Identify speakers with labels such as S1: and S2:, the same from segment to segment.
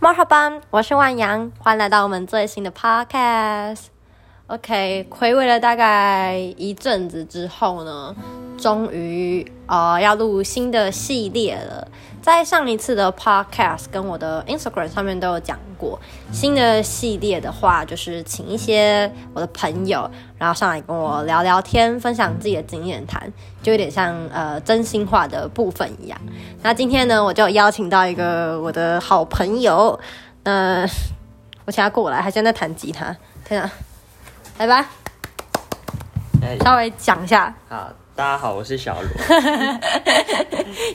S1: m o r h a b a n 我是万阳，欢迎来到我们最新的 Podcast。OK，暌违了大概一阵子之后呢，终于呃要录新的系列了。在上一次的 Podcast 跟我的 Instagram 上面都有讲过，新的系列的话，就是请一些我的朋友，然后上来跟我聊聊天，分享自己的经验谈，就有点像呃真心话的部分一样。那今天呢，我就邀请到一个我的好朋友，那、我请他过来，他现在在弹吉他，天啊！来吧，
S2: 哎，
S1: 稍微讲一下，
S2: 好，大家好，我 是小罗。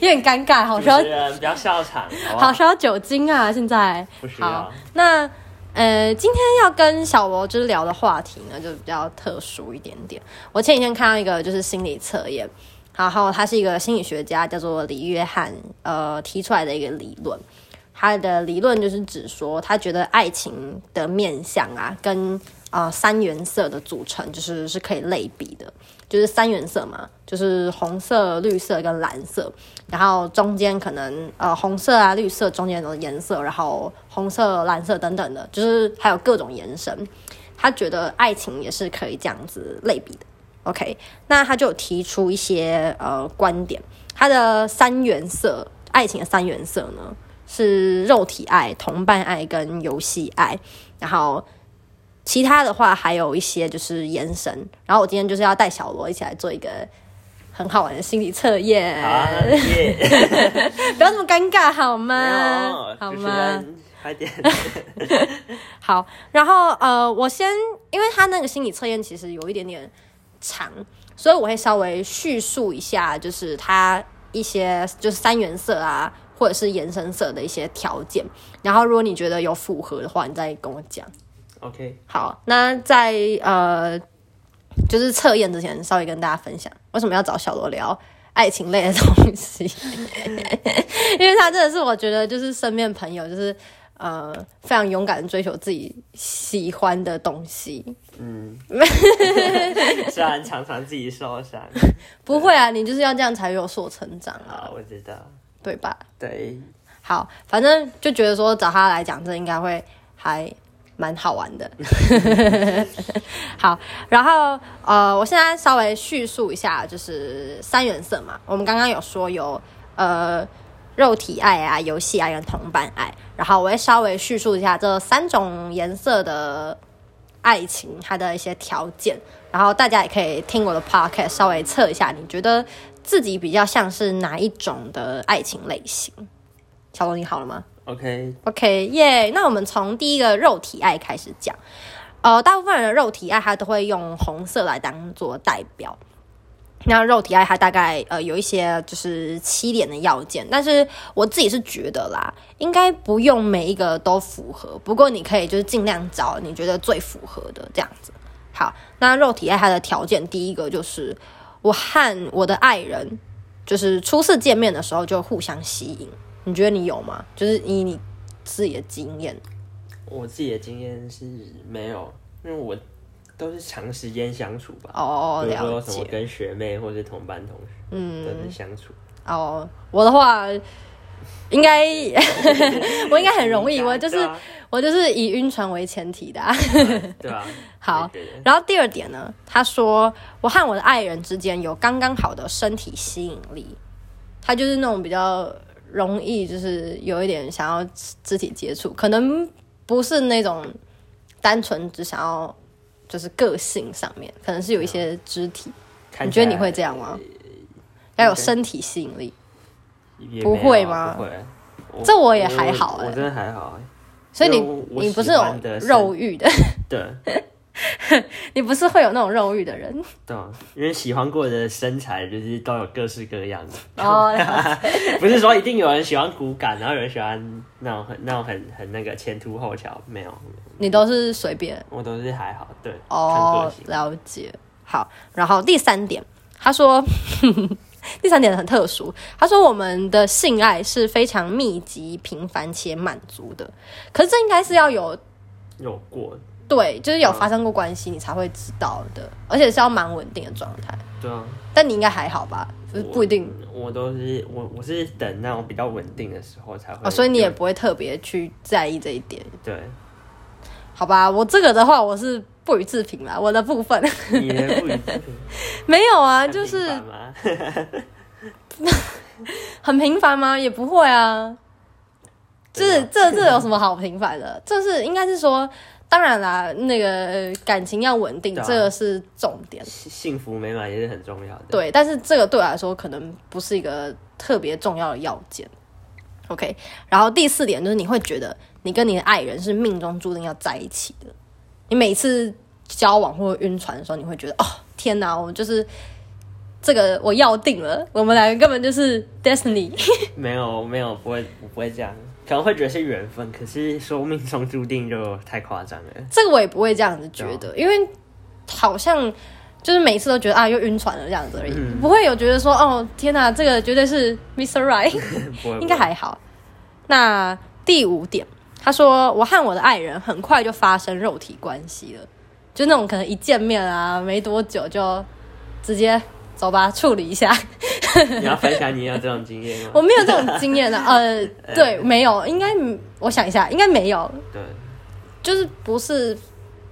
S1: 有点尴尬，好
S2: 主
S1: 需要
S2: 持人不要笑场，好不
S1: 好
S2: 好？
S1: 需要酒精啊，现在
S2: 不需
S1: 好
S2: 要。
S1: 那呃，今天要跟小罗就是聊的话题呢，就比较特殊一点点。我前几天看到一个就是心理测验，然后他是一个心理学家叫做李约翰呃提出来的一个理论。他的理论就是指说，他觉得爱情的面相啊，跟呃三原色的组成就是是可以类比的，就是三原色嘛，就是红色、绿色跟蓝色，然后中间可能呃红色啊、绿色中间的颜色，然后红色、蓝色等等的，就是还有各种延伸。他觉得爱情也是可以这样子类比的。OK，那他就有提出一些呃观点，他的三原色，爱情的三原色呢是肉体爱、同伴爱跟游戏爱，然后其他的话还有一些就是延伸。然后我今天就是要带小罗一起来做一个很好玩的心理测验。
S2: 好啊，那 耶，
S1: 不要那么尴尬好
S2: 没
S1: 吗
S2: 有？
S1: 好
S2: 主持
S1: 吗？
S2: 人，快点。
S1: 好，然后呃，我先，因为他那个心理测验其实有一点点长，所以我会稍微叙述一下，就是它一些就是三原色啊，或者是延伸色的一些条件。然后如果你觉得有符合的话，你再跟我讲。
S2: OK，
S1: 好，那在呃，就是测验之前，稍微跟大家分享为什么要找小罗聊爱情类的东西， 因为他真的是我觉得就是身边朋友就是呃非常勇敢地追求自己喜欢的东西。
S2: 虽然常常自己受伤，
S1: 不会啊，你就是要这样才有所成长啊，
S2: 好，我知道。
S1: 对吧？
S2: 对，
S1: 好，反正就觉得说找他来讲，这应该会还蛮好玩的。 好，然后呃，我现在稍微叙述一下，就是三原色嘛，我们刚刚有说有呃肉体爱啊、游戏爱跟同伴爱，然后我会稍微叙述一下这三种颜色的爱情它的一些条件，然后大家也可以听我的 podcast 稍微测一下，你觉得自己比较像是哪一种的爱情类型？小龙，你好了吗
S2: OK，
S1: ？OK，耶、那我们从第一个肉体爱开始讲。呃，大部分人的肉体爱，它都会用红色来当做代表。那肉体爱，它大概呃有一些就是七点的要件，但是我自己是觉得啦，应该不用每一个都符合，不过你可以就是尽量找你觉得最符合的这样子。好，那肉体爱它的条件，第一个就是我和我的爱人就是初次见面的时候就互相吸引，你觉得你有吗？就是以你自己的经验，
S2: 我自己的经验是没有，因为我都是长时间相处吧。
S1: 哦，
S2: 比如
S1: 了
S2: 说什
S1: 解，
S2: 么跟学妹或是同班同学的
S1: 嗯，
S2: 人相处，
S1: 哦，我的话应 该我应该很容易，
S2: 对啊
S1: 我就是我就是以晕船为前提的、啊。
S2: 对啊，
S1: 好
S2: 对对对
S1: 然后第二点呢，他说我和我的爱人之间有刚刚好的身体吸引力，他就是那种比较容易，就是有一点想要肢体接触，可能不是那种单纯只想要就是个性上面，可能是有一些肢体。
S2: 看
S1: 你觉得
S2: 起
S1: 你
S2: 来
S1: 会这样吗？
S2: 该
S1: 要有身体吸引力，
S2: 也
S1: 不
S2: 没有
S1: 会吗
S2: 不会，
S1: 这我也还好
S2: 我
S1: 欸
S2: 我真的还好欸。
S1: 所以你
S2: 因为我
S1: 你不是
S2: 我
S1: 有
S2: 喜欢的是
S1: 肉欲的，
S2: 对
S1: 你不是会有那种肉欲的 人
S2: 对啊，因为喜欢过的身材就是都有各式各样的，
S1: 哦。
S2: 不是说一定有人喜欢骨感，然后有人喜欢那种很那种很很那个前凸后翘，没有，
S1: 你都是随便
S2: 我都是还好，对，看
S1: 哦
S2: 个，性，
S1: 了解。好，然后第三点，他说， 第三点很特殊，他说我们的性爱是非常密集、频繁且满足的，可是这应该是要有
S2: 有过，
S1: 对，就是有发生过关系你才会知道的，而且是要蛮稳定的状态。
S2: 对啊，
S1: 但你应该还好吧？不
S2: 我
S1: 不一定
S2: 我都是我我是等那种比较稳定的时候才会有。
S1: 哦，所以你也不会特别去在意这一点，
S2: 对
S1: 好吧？我这个的话，我是不予置评啦，我的部分
S2: 你也不一定
S1: 没有 啊，
S2: 很
S1: 就
S2: 平
S1: 是
S2: 凡吗
S1: 很平凡吗？也不会啊，
S2: 啊
S1: 这这这有什么好平凡的？ 就是应该是说，当然啦，那个呃感情要稳定，
S2: 对啊
S1: 这个是重点。
S2: 幸幸福美满也是很重要的。
S1: 对，但是这个对我来说可能不是一个特别重要的要件。OK，然后第四点就是你会觉得你跟你的爱人是命中注定要在一起的。你每次交往或者晕船的时候，你会觉得哦天哪，我就是这个我要定了，我们两个根本就是 destiny。
S2: 没有没有，不会我不会这样，可能会觉得是缘分，可是说命中注定就太夸张了。
S1: 这个我也不会这样子觉得，因为好像就是每次都觉得啊又晕船了这样子而已，不会有觉得说哦天哪，这个绝对是 Mr. Right。
S2: 不会
S1: 应该还好。那第五点，他说我和我的爱人很快就发生肉体关系了，就那种可能一见面啊，没多久就直接走吧，处理一下。
S2: 不会你要分享你有这种经验吗？
S1: 我没有这种经验的，呃，对，没有，应该我想一下，应该没有，
S2: 对，
S1: 就是不是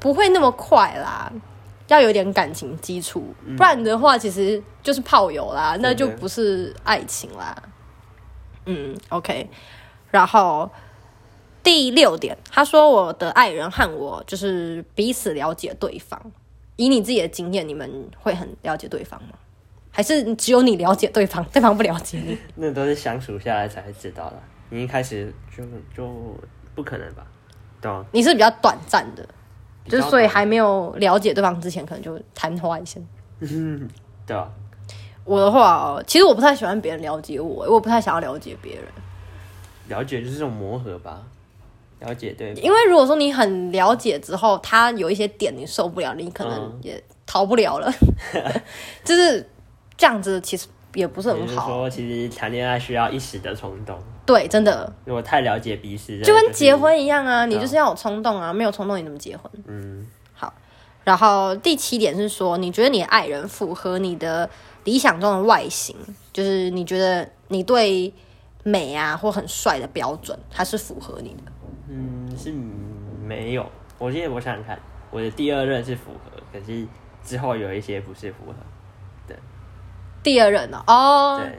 S1: 不会那么快啦。要有点感情基础，
S2: 嗯
S1: 不然的话其实就是炮友啦，那就不是爱情啦。嗯，OK。然后第六点，他说我的爱人和我就是彼此了解对方。以你自己的经验，你们会很了解对方吗？还是只有你了解对方，对方不了解你？
S2: 那都是相处下来才会知道的。你一开始就就不可能吧？对啊
S1: 你是比较短暂的，
S2: 比
S1: 就
S2: 较
S1: 是所以
S2: 短
S1: 还没有了解对方之前，可能就昙花一现。
S2: 对啊，
S1: 我的话哦，其实我不太喜欢别人了解我，我不太想要了解别人，
S2: 了解就是这种磨合吧，了解对方
S1: 因为如果说你很了解之后，他有一些点你受不了，你可能
S2: 嗯
S1: 也逃不了 了，就是这样子，其实也不是
S2: 也
S1: 很
S2: 就是
S1: 好。
S2: 说，其实谈恋爱需要一时的冲动，
S1: 对，真的
S2: 如果太了解彼此，
S1: 就
S2: 真的
S1: 跟
S2: 是
S1: 结，婚一样啊，你
S2: 对啊
S1: 就是要有冲动啊，没有冲动你怎么结婚？
S2: 嗯，
S1: 然后第七点是说，你觉得你的爱人符合你的理想中的外形，就是你觉得你对美啊或很帅的标准，他是符合你的。
S2: 嗯，是没有。我记得我想想看，我的第二任是符合，可是之后有一些不是符合。
S1: 第二任呢、哦，
S2: 对，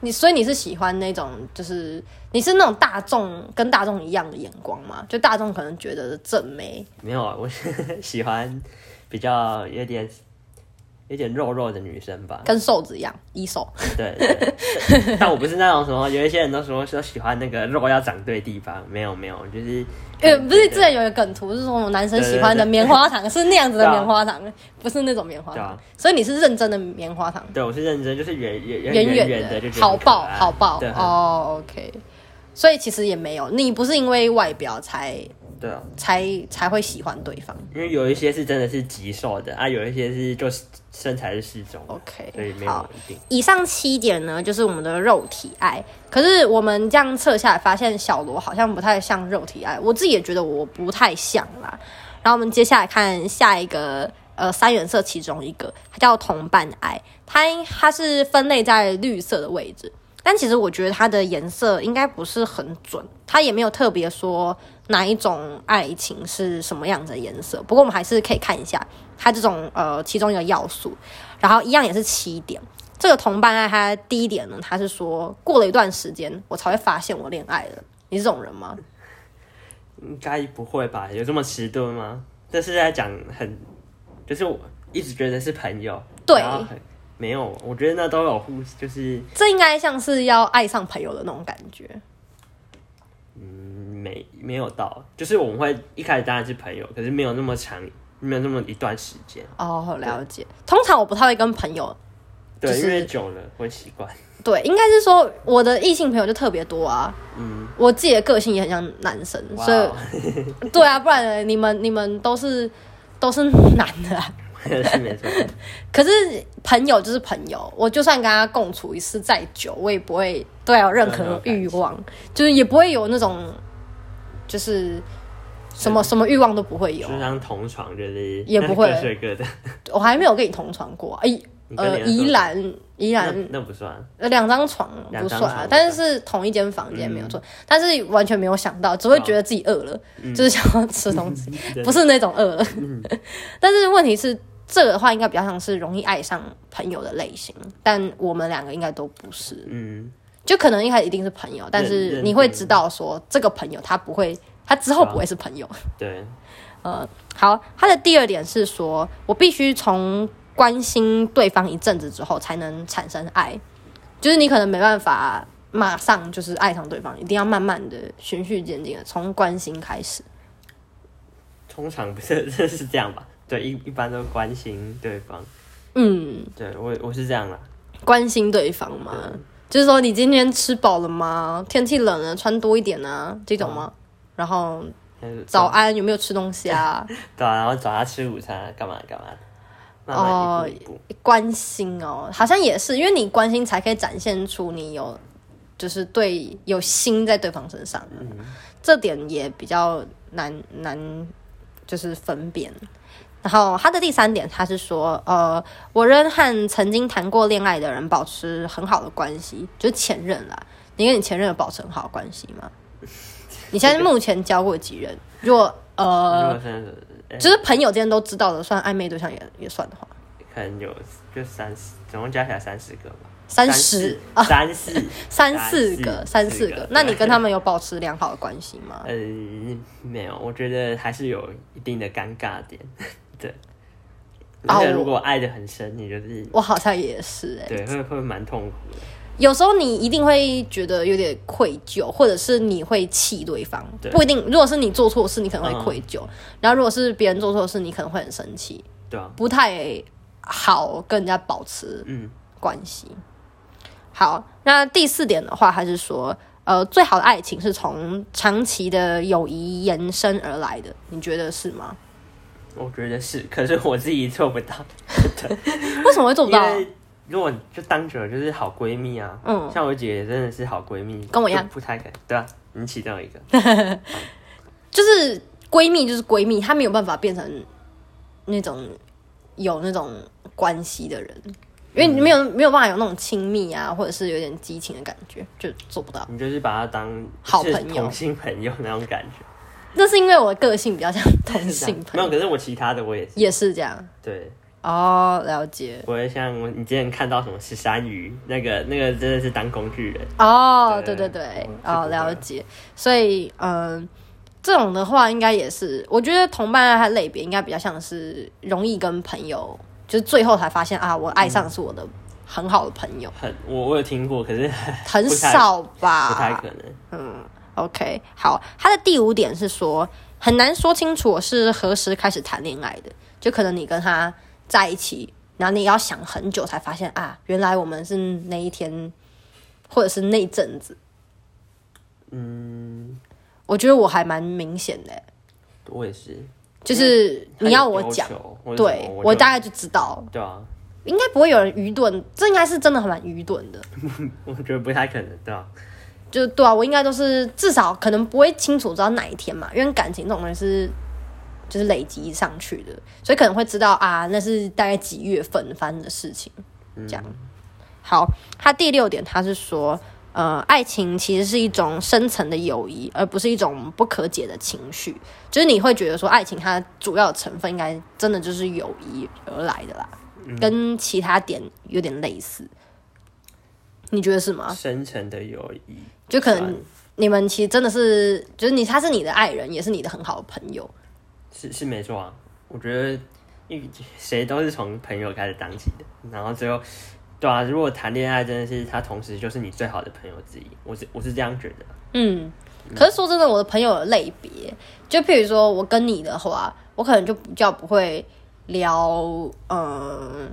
S1: 你所以你是喜欢那种，就是你是那种大众跟大众一样的眼光吗？就大众可能觉得的正妹，
S2: 没有，我是喜欢比较有点有点肉肉的女生吧。
S1: 跟瘦子一样，一 瘦。
S2: 对 对，但我不是那种什么，有一些人都说说喜欢那个肉要长对地方，没有没有，就是
S1: 呃，不是，之前有一个梗图，是说我们男生喜欢的
S2: 对对对
S1: 棉花糖是那样子的
S2: 对啊
S1: 棉花糖，不是那种棉花
S2: 对
S1: 糖
S2: 啊。
S1: 所以你是认真的棉花糖，
S2: 对我是认真，就是圆圆圆
S1: 圆
S2: 圆
S1: 圆
S2: 的，就觉得
S1: 好
S2: 很可
S1: 爆
S2: 爱
S1: 好爆
S2: 对
S1: 哦，OK。所以其实也没有，你不是因为外表才
S2: 对啊，
S1: 才才会喜欢对方。
S2: 因为有一些是真的是极瘦的啊，有一些是就是身材是适中的
S1: OK，
S2: 所以没
S1: 好
S2: 有一定。
S1: 以上七点呢，就是我们的肉体爱。可是我们这样测下来，发现小罗好像不太像肉体爱，我自己也觉得我不太像啦。然后我们接下来看下一个，呃，三原色其中一个，它叫同伴爱，它它是分类在绿色的位置，但其实我觉得它的颜色应该不是很准，它也没有特别说哪一种爱情是什么样子的颜色。不过我们还是可以看一下它这种呃其中一个要素，然后一样也是七点。这个同伴爱，它第一点呢，它是说过了一段时间我才会发现我恋爱了。你是这种人吗？
S2: 应该不会吧？有这么迟钝吗？这是在讲很，就是我一直觉得是朋友，
S1: 对
S2: 然后很没有，我觉得那都有互，就是
S1: 这应该像是要爱上朋友的那种感觉。
S2: 没没有到，就是我们会一开始当然是朋友，可是没有那么长，没有那么一段时间，
S1: 哦，了解。通常我不太会跟朋友，
S2: 对，
S1: 就是
S2: 因为久了会习惯，
S1: 对，应该是说我的异性朋友就特别多啊。
S2: 嗯，
S1: 我自己的个性也很像男生，
S2: 哇
S1: 所
S2: 哦，
S1: 以对啊，不然呢你们你们都是都是男的、啊，
S2: 是没错，
S1: 可是朋友就是朋友，我就算跟他共处一次再久，我也不会对他有任何欲望，就是也不会有那种就是啊什么什么欲望都不会有
S2: 就。像同床就是
S1: 也不会
S2: 各睡各的，
S1: 我还没有跟你同床过啊，哎、
S2: 你跟
S1: 呃，
S2: 你的
S1: 宜
S2: 多少
S1: 兰宜兰
S2: 那那不算，
S1: 呃两张床
S2: 两
S1: 不
S2: 张
S1: 算
S2: 床
S1: 啊
S2: 不，嗯
S1: 但是是同一间房间没有错，但是完全没有想到，只
S2: 哦
S1: 会觉得自己饿了，
S2: 嗯
S1: 就是想要吃东 西，不是那种饿了。 但是问题是，这个的话应该比较像是容易爱上朋友的类型，但我们两个应该都不是，
S2: 嗯，
S1: 就可能一开始一定是朋友，但
S2: 认
S1: 是
S2: 认
S1: 你会
S2: 定
S1: 知道说这个朋友他不会，他之后
S2: 对啊
S1: 不会是朋友。
S2: 对，
S1: 呃，好，他的第二点是说，我必须从关心对方一阵子之后，才能产生爱，就是你可能没办法马上就是爱上对方，一定要慢慢的循序渐进的，从关心开始。
S2: 通常不是 这是这样吧？对，一一般都关心对方，
S1: 嗯，
S2: 对我我是这样啦，
S1: 关心对方嘛，就是说你今天吃饱了吗？天气冷了，穿多一点啊，这种吗？然后
S2: 还是
S1: 早安，有没有吃东西啊？
S2: 呃对啊，然后找他吃午餐，干嘛干嘛，慢慢一步一步，
S1: 关心哦，好像也是，因为你关心才可以展现出你有，就是对有心在对方身上，这点也比较难难，就是分辨。然后他的第三点，他是说，呃，我仍和曾经谈过恋爱的人保持很好的关系，就是前任啦。你跟你前任有保持很好的关系吗？你现在目前交过几任？如果
S2: 如
S1: 呃，
S2: 果真的是哎
S1: 就是朋友之间都知道的，算暧昧对象也也算的话，
S2: 可能有就三十，总共加起来三十个吧，
S1: 三十
S2: 啊，三四，
S1: 三四个，
S2: 三
S1: 三
S2: 四
S1: 四
S2: 个
S1: 个
S2: 对。
S1: 那你跟他们有保持良好的关系吗？
S2: 呃，没有，我觉得还是有一定的尴尬点， 对。
S1: 啊
S2: 而且
S1: 我
S2: 如果爱的很深，你就是
S1: 我好像也是哎、
S2: 对会会蛮痛苦的，
S1: 有时候你一定会觉得有点愧疚，或者是你会气对方，
S2: 对
S1: 不一定。如果是你做错事，你可能
S2: 嗯
S1: 会愧疚；然后如果是别人做错事，你可能会很生气，
S2: 对啊，
S1: 不太好跟人家保持
S2: 嗯，
S1: 关系。好，那第四点的话，还是说，呃，最好的爱情是从长期的友谊延伸而来的，你觉得是吗？
S2: 我觉得是，可是我自己做不到，
S1: 为什么会做不到？
S2: 因为如果就当久了就是好闺蜜啊，
S1: 嗯
S2: 像我姐真的是好闺蜜，
S1: 跟我一样
S2: 就不太敢，对啊，你其中一个，
S1: 就是闺蜜就是闺蜜，她没有办法变成那种有那种关系的人，因为你没有、没有办法有那种亲密啊，或者是有点激情的感觉，就做不到。
S2: 你就是把她当
S1: 好
S2: 是
S1: 朋友
S2: 同性朋友那种感 觉，
S1: 那是因为我的个性比较像同性
S2: 没
S1: 朋
S2: 有，
S1: 友，
S2: 可是我其他的我也是，
S1: 也是这样。
S2: 对，
S1: 哦，了解。
S2: 不会像我你之前看到什么十三鱼，那个那个真的是当工具人，
S1: 哦，
S2: 对
S1: 对对对，
S2: 我是不
S1: 哦，
S2: 会
S1: 了解。所以，嗯、这种的话应该也是，我觉得同伴爱它类别应该比较像是容易跟朋友，就是最后才发现啊，我爱上是我的很好的朋友。
S2: 很我我有听过，可是不
S1: 很
S2: 太
S1: 少
S2: 不太可
S1: 吧。
S2: 能。
S1: OK，好，他的第五点是说很难说清楚我是何时开始谈恋爱的，就可能你跟他在一起，然后你要想很久才发现啊，原来我们是那一天，或者是那一阵子。
S2: 嗯，
S1: 我觉得我还蛮明显的欸、
S2: 我也是。
S1: 就是
S2: 他
S1: 你要
S2: 有
S1: 我
S2: 要
S1: 讲，
S2: 求或者什
S1: 对
S2: 么
S1: 我
S2: 就
S1: 大概就知道，
S2: 对啊，
S1: 应该不会有人愚钝，这应该是真的很蛮愚钝的。
S2: 我觉得不太可能，对啊，
S1: 就对啊，我应该都是至少可能不会清楚知道哪一天嘛，因为感情这种东西是就是累积上去的，所以可能会知道啊，那是大概几月份发生的事情。这样，好，他第六点他是说，呃，爱情其实是一种深层的友谊，而不是一种不可解的情绪。就是你会觉得说，爱情它主要的成分应该真的就是友谊而来的啦，跟其他点有点类似。你觉得是吗？
S2: 深层的友谊
S1: 啊就可
S2: 算
S1: 能你们其实真的是，就是你他是你的爱人，也是你的很好的朋友。
S2: 是是没错啊。我觉得因为谁都是从朋友开始当起的，然后最后，对啊，如果谈恋爱真的是他同时就是你最好的朋友之一，我是我是这样觉得。
S1: 嗯，可是说真的，我的朋友的类别，就譬如说我跟你的话，我可能就比较不会聊，嗯。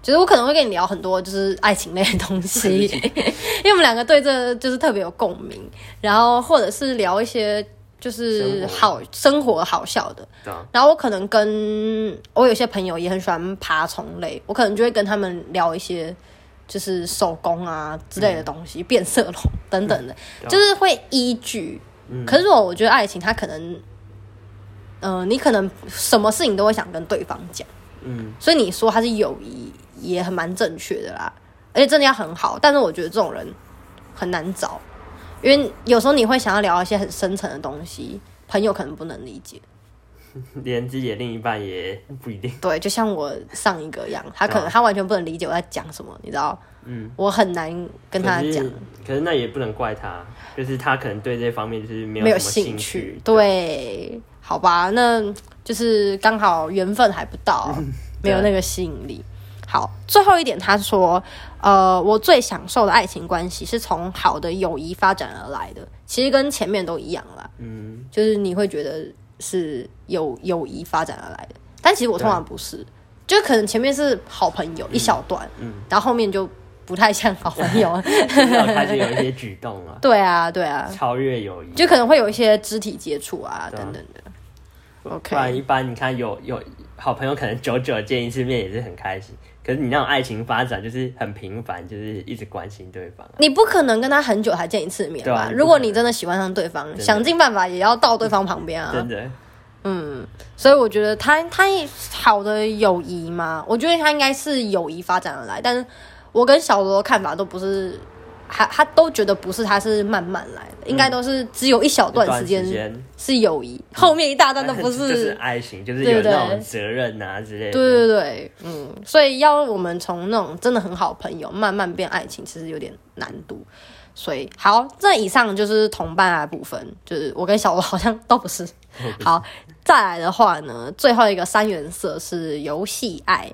S1: 就是我可能会跟你聊很多就是爱情类的东 西，因为我们两个对这就是特别有共鸣，然后或者是聊一些就是
S2: 生活
S1: 好生活好笑的，
S2: 对啊，
S1: 然后我可能跟我有些朋友也很喜欢爬虫类，我可能就会跟他们聊一些就是手工啊之类的东西，变色龙等等的，就是会依据。可是我我觉得爱情它可能，呃嗯、你可能什么事情都会想跟对方讲，
S2: 嗯，
S1: 所以你说它是友谊也很蛮正确的啦，而且真的要很好。但是我觉得这种人很难找，因为有时候你会想要聊一些很深层的东西，朋友可能不能理解。
S2: 连自己的另一半也不一定。
S1: 对，就像我上一个一样，他可能
S2: 啊
S1: 他完全不能理解我在讲什么，你知道？
S2: 嗯，
S1: 我很难跟他
S2: 可
S1: 讲
S2: 是，可是那也不能怪他，就是他可能对这方面就是没
S1: 没有
S2: 什么兴
S1: 兴对，好吧，那就是刚好缘分还不 到，没有那个吸引力。好，最后一点，他说，呃，我最享受的爱情关系是从好的友谊发展而来的，其实跟前面都一样啦，
S2: 嗯，
S1: 就是你会觉得是友友谊发展而来的，但其实我通常不是，就可能前面是好朋友一小段，
S2: 嗯
S1: 然后后面就不太像好朋友，，
S2: 就是要开始有一些举动啊
S1: 对啊，对啊，
S2: 超越友谊。
S1: 就可能会有一些肢体接触啊，
S2: 对
S1: 等
S2: 啊
S1: 等的。OK
S2: 不然一般你看有有好朋友可能久久见一次面也是很开心，可是你那种爱情发展就是很频繁，就是一直关心对方啊、
S1: 你不可能跟他很久才见一次面
S2: 对啊
S1: 吧？
S2: 你不可能
S1: 如果你真的喜欢上对方，
S2: 的
S1: 想尽办法也要到对方旁边啊
S2: 真。的。
S1: 嗯，所以我觉得他他好的友谊嘛，我觉得他应该是友谊发展而来。但是我跟小罗的看法都不是，他他都觉得不是，他是慢慢来的，应该都是只有一小段时
S2: 嗯一
S1: 间是友谊，后面一大段都不
S2: 就是是爱情，就是
S1: 对
S2: 有
S1: 对
S2: 那种责任啊之类的。
S1: 对对对，嗯，所以要我们从那种真的很好的朋友慢慢变爱情，其实有点难度。所以好，这以上就是同伴啊部分，就是我跟小罗好像都不 是。好，再来的话呢，最后一个三原色是游戏爱。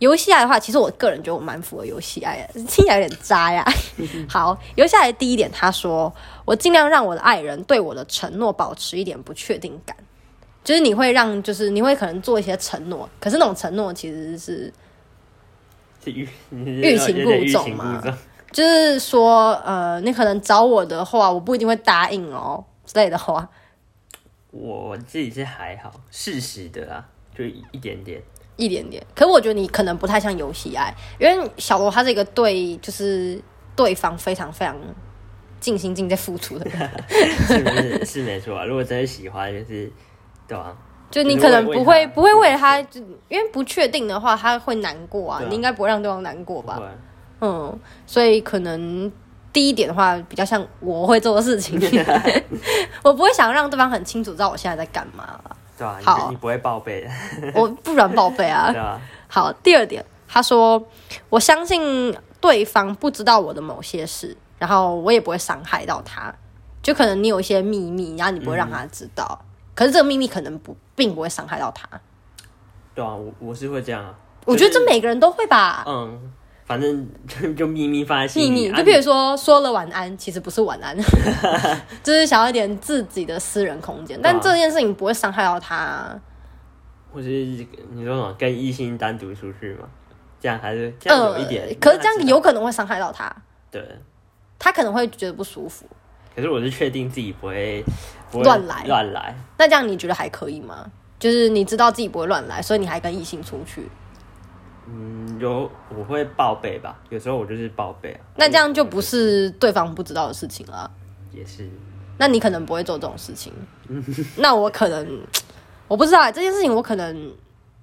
S1: 游戏爱的话，其实我个人觉得我蛮符合游戏爱的，听起来有点渣 呀。好，游戏爱的第一点，他说我尽量让我的爱人对我的承诺保持一点不确定感。就是你会让，就是你会可能做一些承诺，可是那种承诺其实是，
S2: 是欲
S1: 欲
S2: 欲
S1: 擒故纵嘛
S2: 纵
S1: 就是说，呃，你可能找我的话，我不一定会答应哦之类的话。
S2: 我自己是还好，适时的啦，就一一点点。
S1: 一点点。可是我觉得你可能不太像游戏爱，因为小罗他是一个对就是对方非常非常尽心尽力在付出的人，
S2: 是不 是？是没错啊。如果真的喜欢，就是对啊，
S1: 就你可能
S2: 就是为
S1: 不会
S2: 为他
S1: 不会为了他，就因为不确定的话他会难过啊，
S2: 对啊
S1: 你应该不会让对方难过
S2: 不会
S1: 吧？嗯，所以可能。第一点的话，比较像我会做的事情，我不会想让对方很清楚知道我现在在干嘛啦
S2: 对啊，你
S1: 好
S2: 不你不会报备的，
S1: 我不然报备啊
S2: 对。啊，
S1: 好，第二点，他说我相信对方不知道我的某些事，然后我也不会伤害到他。就可能你有一些秘密，然后你不会让他知道，可是这个秘密可能不并不会伤害到他。
S2: 对啊，我我是会这样啊。
S1: 我觉得
S2: 就是
S1: 这每个人都会吧。
S2: 嗯，反正就 就秘密放在
S1: 秘
S2: 心里
S1: 密，
S2: 啊
S1: 就比如说说了晚安，其实不是晚 安，就是想要一点自己的私人空间。但
S2: 对啊
S1: 这件事情不会伤害到他啊，
S2: 或是你说什么跟异性单独出去嘛，这样还是这样有
S1: 呃
S2: 一点，，
S1: 可是这样
S2: 那还
S1: 有可能会伤害到他，
S2: 对。
S1: 他可能会觉得不舒服。
S2: 可是我是确定自己不会不会
S1: 乱来
S2: 乱来，
S1: 那这样你觉得还可以吗？就是你知道自己不会乱来，所以你还跟异性出去，
S2: 嗯，有我会报备吧，有时候我就是报备啊。
S1: 那这样就不是对方不知道的事情了。
S2: 也是
S1: 那你可能不会做这种事情，那我可能我不知道、欸、这件事情，我可能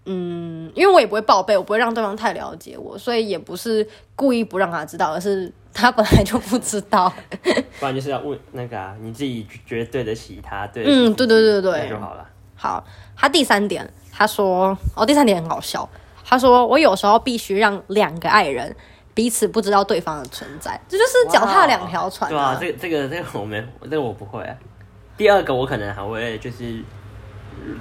S1: 嗯，因为我也不会报备，我不会让对方太了解我，所以也不是故意不让他知道，而是 他本来就不知道。
S2: 不然就是要问那个啊，你自己觉得对得起他，对，
S1: 嗯对对对对
S2: 那就好了。
S1: 好，他第三点，他说，哦，第三点很好笑。他说，我有时候必须让两个爱人彼此不知道对方的存在，这就是脚踏两条船
S2: 对啊，这个这个这个我没，这个我不会、啊。第二个我可能还会就是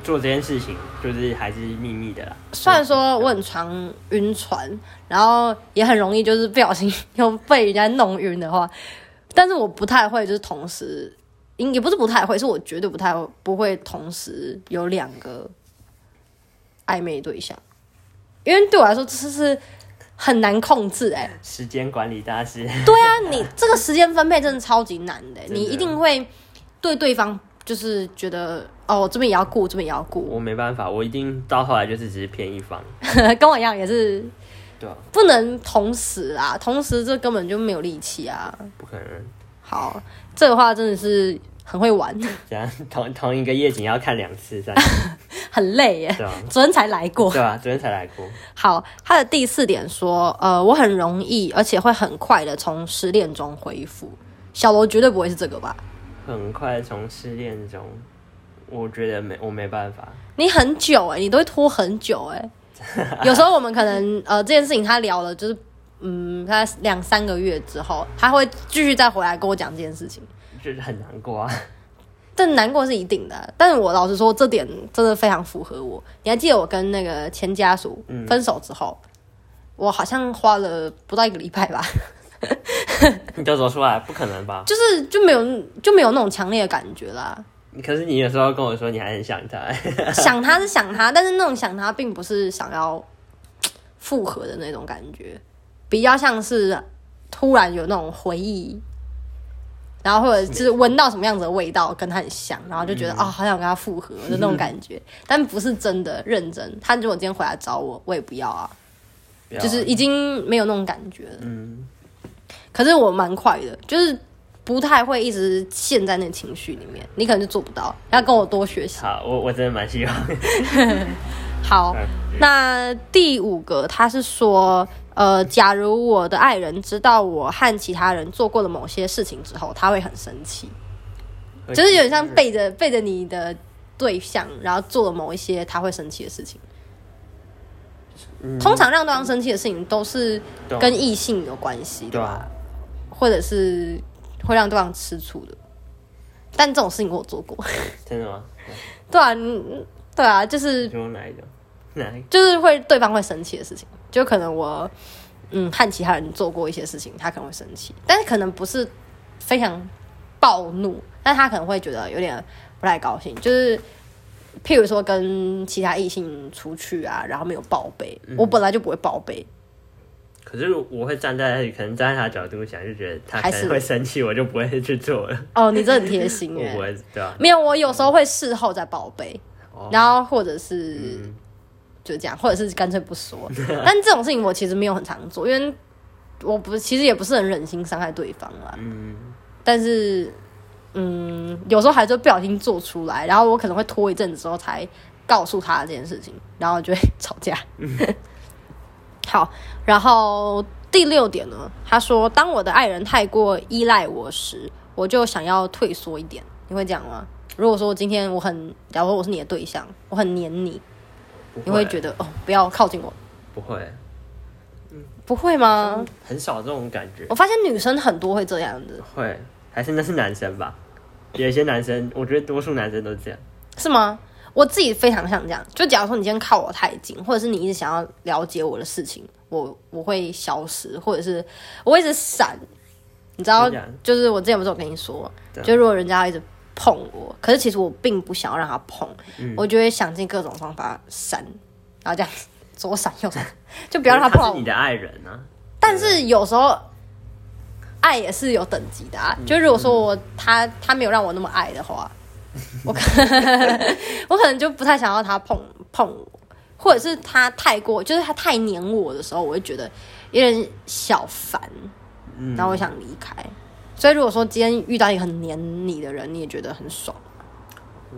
S2: 做这件事情，就是还是秘密的啦。
S1: 虽然说我很常晕船，然后也很容易就是不小心又被人家弄晕的话，但是我不太会就是同时，应也不是不太会，是我绝对不太会不会同时有两个暧昧对象，因为对我来说这是很难控制哎、
S2: 时间管理大师，
S1: 对啊，你这个时间分配真的超级难的，
S2: 真的
S1: 你一定会对对方就是觉得哦，这边也要顾，这边也要顾，
S2: 我没办法，我一定到后来就是只是偏一方，
S1: 跟我一样也是
S2: 对啊，
S1: 不能同时啊，同时这根本就没有力气啊。
S2: 不可能。
S1: 好，这个话真的是很会玩，
S2: 这样同同一个夜景要看两次，这样
S1: 很累耶。
S2: 对吧、
S1: 昨天才来过。
S2: 对吧、啊昨天才来过，
S1: 好，他的第四点说，呃，我很容易，而且会很快的从失恋中恢复。小罗绝对不会是这个吧？
S2: 很快从失恋中，我觉得没我没办法，
S1: 你很久哎、你都会拖很久哎、有时候我们可能呃这件事情他聊了，就是嗯，他两三个月之后，他会继续再回来跟我讲这件事情。
S2: 就是很难过啊。
S1: 但难过是一定的啊，但是我老实说，这点真的非常符合我。你还记得我跟那个前家属
S2: 嗯
S1: 分手之后，我好像花了不到一个礼拜吧，
S2: 你都说出来，不可能吧？
S1: 就是就没有就没有那种强烈的感觉啦。
S2: 可是你有时候跟我说你还很想他，
S1: 想他是想他，但是那种想他并不是想要复合的那种感觉，比较像是突然有那种回忆，然后或者就是闻到什么样子的味道跟他很像，然后就觉得
S2: 嗯
S1: 啊、好想跟他复合的那种感觉，但不是真的认真。他如果今天回来找我，我也不要啊，
S2: 不要
S1: 就是已经没有那种感觉了。
S2: 嗯，
S1: 可是我蛮快的，就是不太会一直陷在那情绪里面，你可能就做不到，要跟我多学习。
S2: 好，我我真的蛮希望，
S1: 好
S2: 嗯，
S1: 那第五个他是说，呃，假如我的爱人知道我和其他人做过的某些事情之后，他会很生气，就是有点像背着背着你的对象，然后做了某一些他会生气的事情。
S2: 嗯
S1: 通常让对方生气的事情都是
S2: 对啊
S1: 跟异性有关系的
S2: 对啊
S1: 吧
S2: 吧？，
S1: 或者是会让对方吃醋的。但这种事情我有做过，
S2: 真的吗？
S1: 对啊，你对啊，就是
S2: 你说哪一种？哪一个？
S1: 就是会对方会生气的事情，就可能我嗯和其他人做过一些事情，他可能会生气，但是可能不是非常暴怒，但他可能会觉得有点不太高兴，就是譬如说跟其他异性出去啊，然后没有报备，我
S2: 嗯
S1: 本来就不会报备，
S2: 可是我会站在可能站在他的角度想，就觉得他
S1: 还
S2: 可
S1: 是
S2: 能会生气，我就不会去做了，
S1: 哦，你真的很贴心
S2: 我
S1: 哎、
S2: 不会，对吧、
S1: 没有，我有时候会事后再报备，
S2: 啊哦
S1: 然后或者是
S2: 嗯，
S1: 就这样，或者是干脆不 说。但这种事情我其实没有很常做，因为我不其实也不是很忍心伤害对方啦。
S2: 嗯，
S1: 但是嗯，有时候还是会不小心做出来，然后我可能会拖一阵子之后才告诉他这件事情，然后就会 吵架。好，然后第六点呢，他说，当我的爱人太过依赖我时，我就想要退缩一点。你会讲吗？如果说今天我很，假如说我是你的对象，我很黏你，
S2: 不
S1: 你会觉得哦，不要靠近我，
S2: 不会，
S1: 不会吗？
S2: 很少这种感觉
S1: 我，发现女生很多会这样子，
S2: 会还是那是男生吧？有一些男生，我觉得多数男生都这样，
S1: 是吗？我自己非常像这样，就假如说你今天靠我太近，或者是你一直想要了解我的事情，我我会消失，或者是我会一直闪，你知道
S2: 怎么讲，
S1: 就是我之前不是有跟你说，
S2: 对
S1: 就如果人家要一直碰我，可是其实我并不想要让他碰，我就会想尽各种方法闪，然后这样子左闪右闪，就不
S2: 不
S1: 要让他碰
S2: 他
S1: 到
S2: 是
S1: 我
S2: 你。的爱人啊，
S1: 但是有时候爱也是有等级的啊，就如果说我他他没有让我那么爱的话，我可我可能 就不太想要他碰碰我，或者是他太过就是他太黏我的时候，我会觉得有点小烦，
S2: 嗯
S1: 然后我想离开。所以如果说今天遇到一个很黏你的人，你也觉得很爽，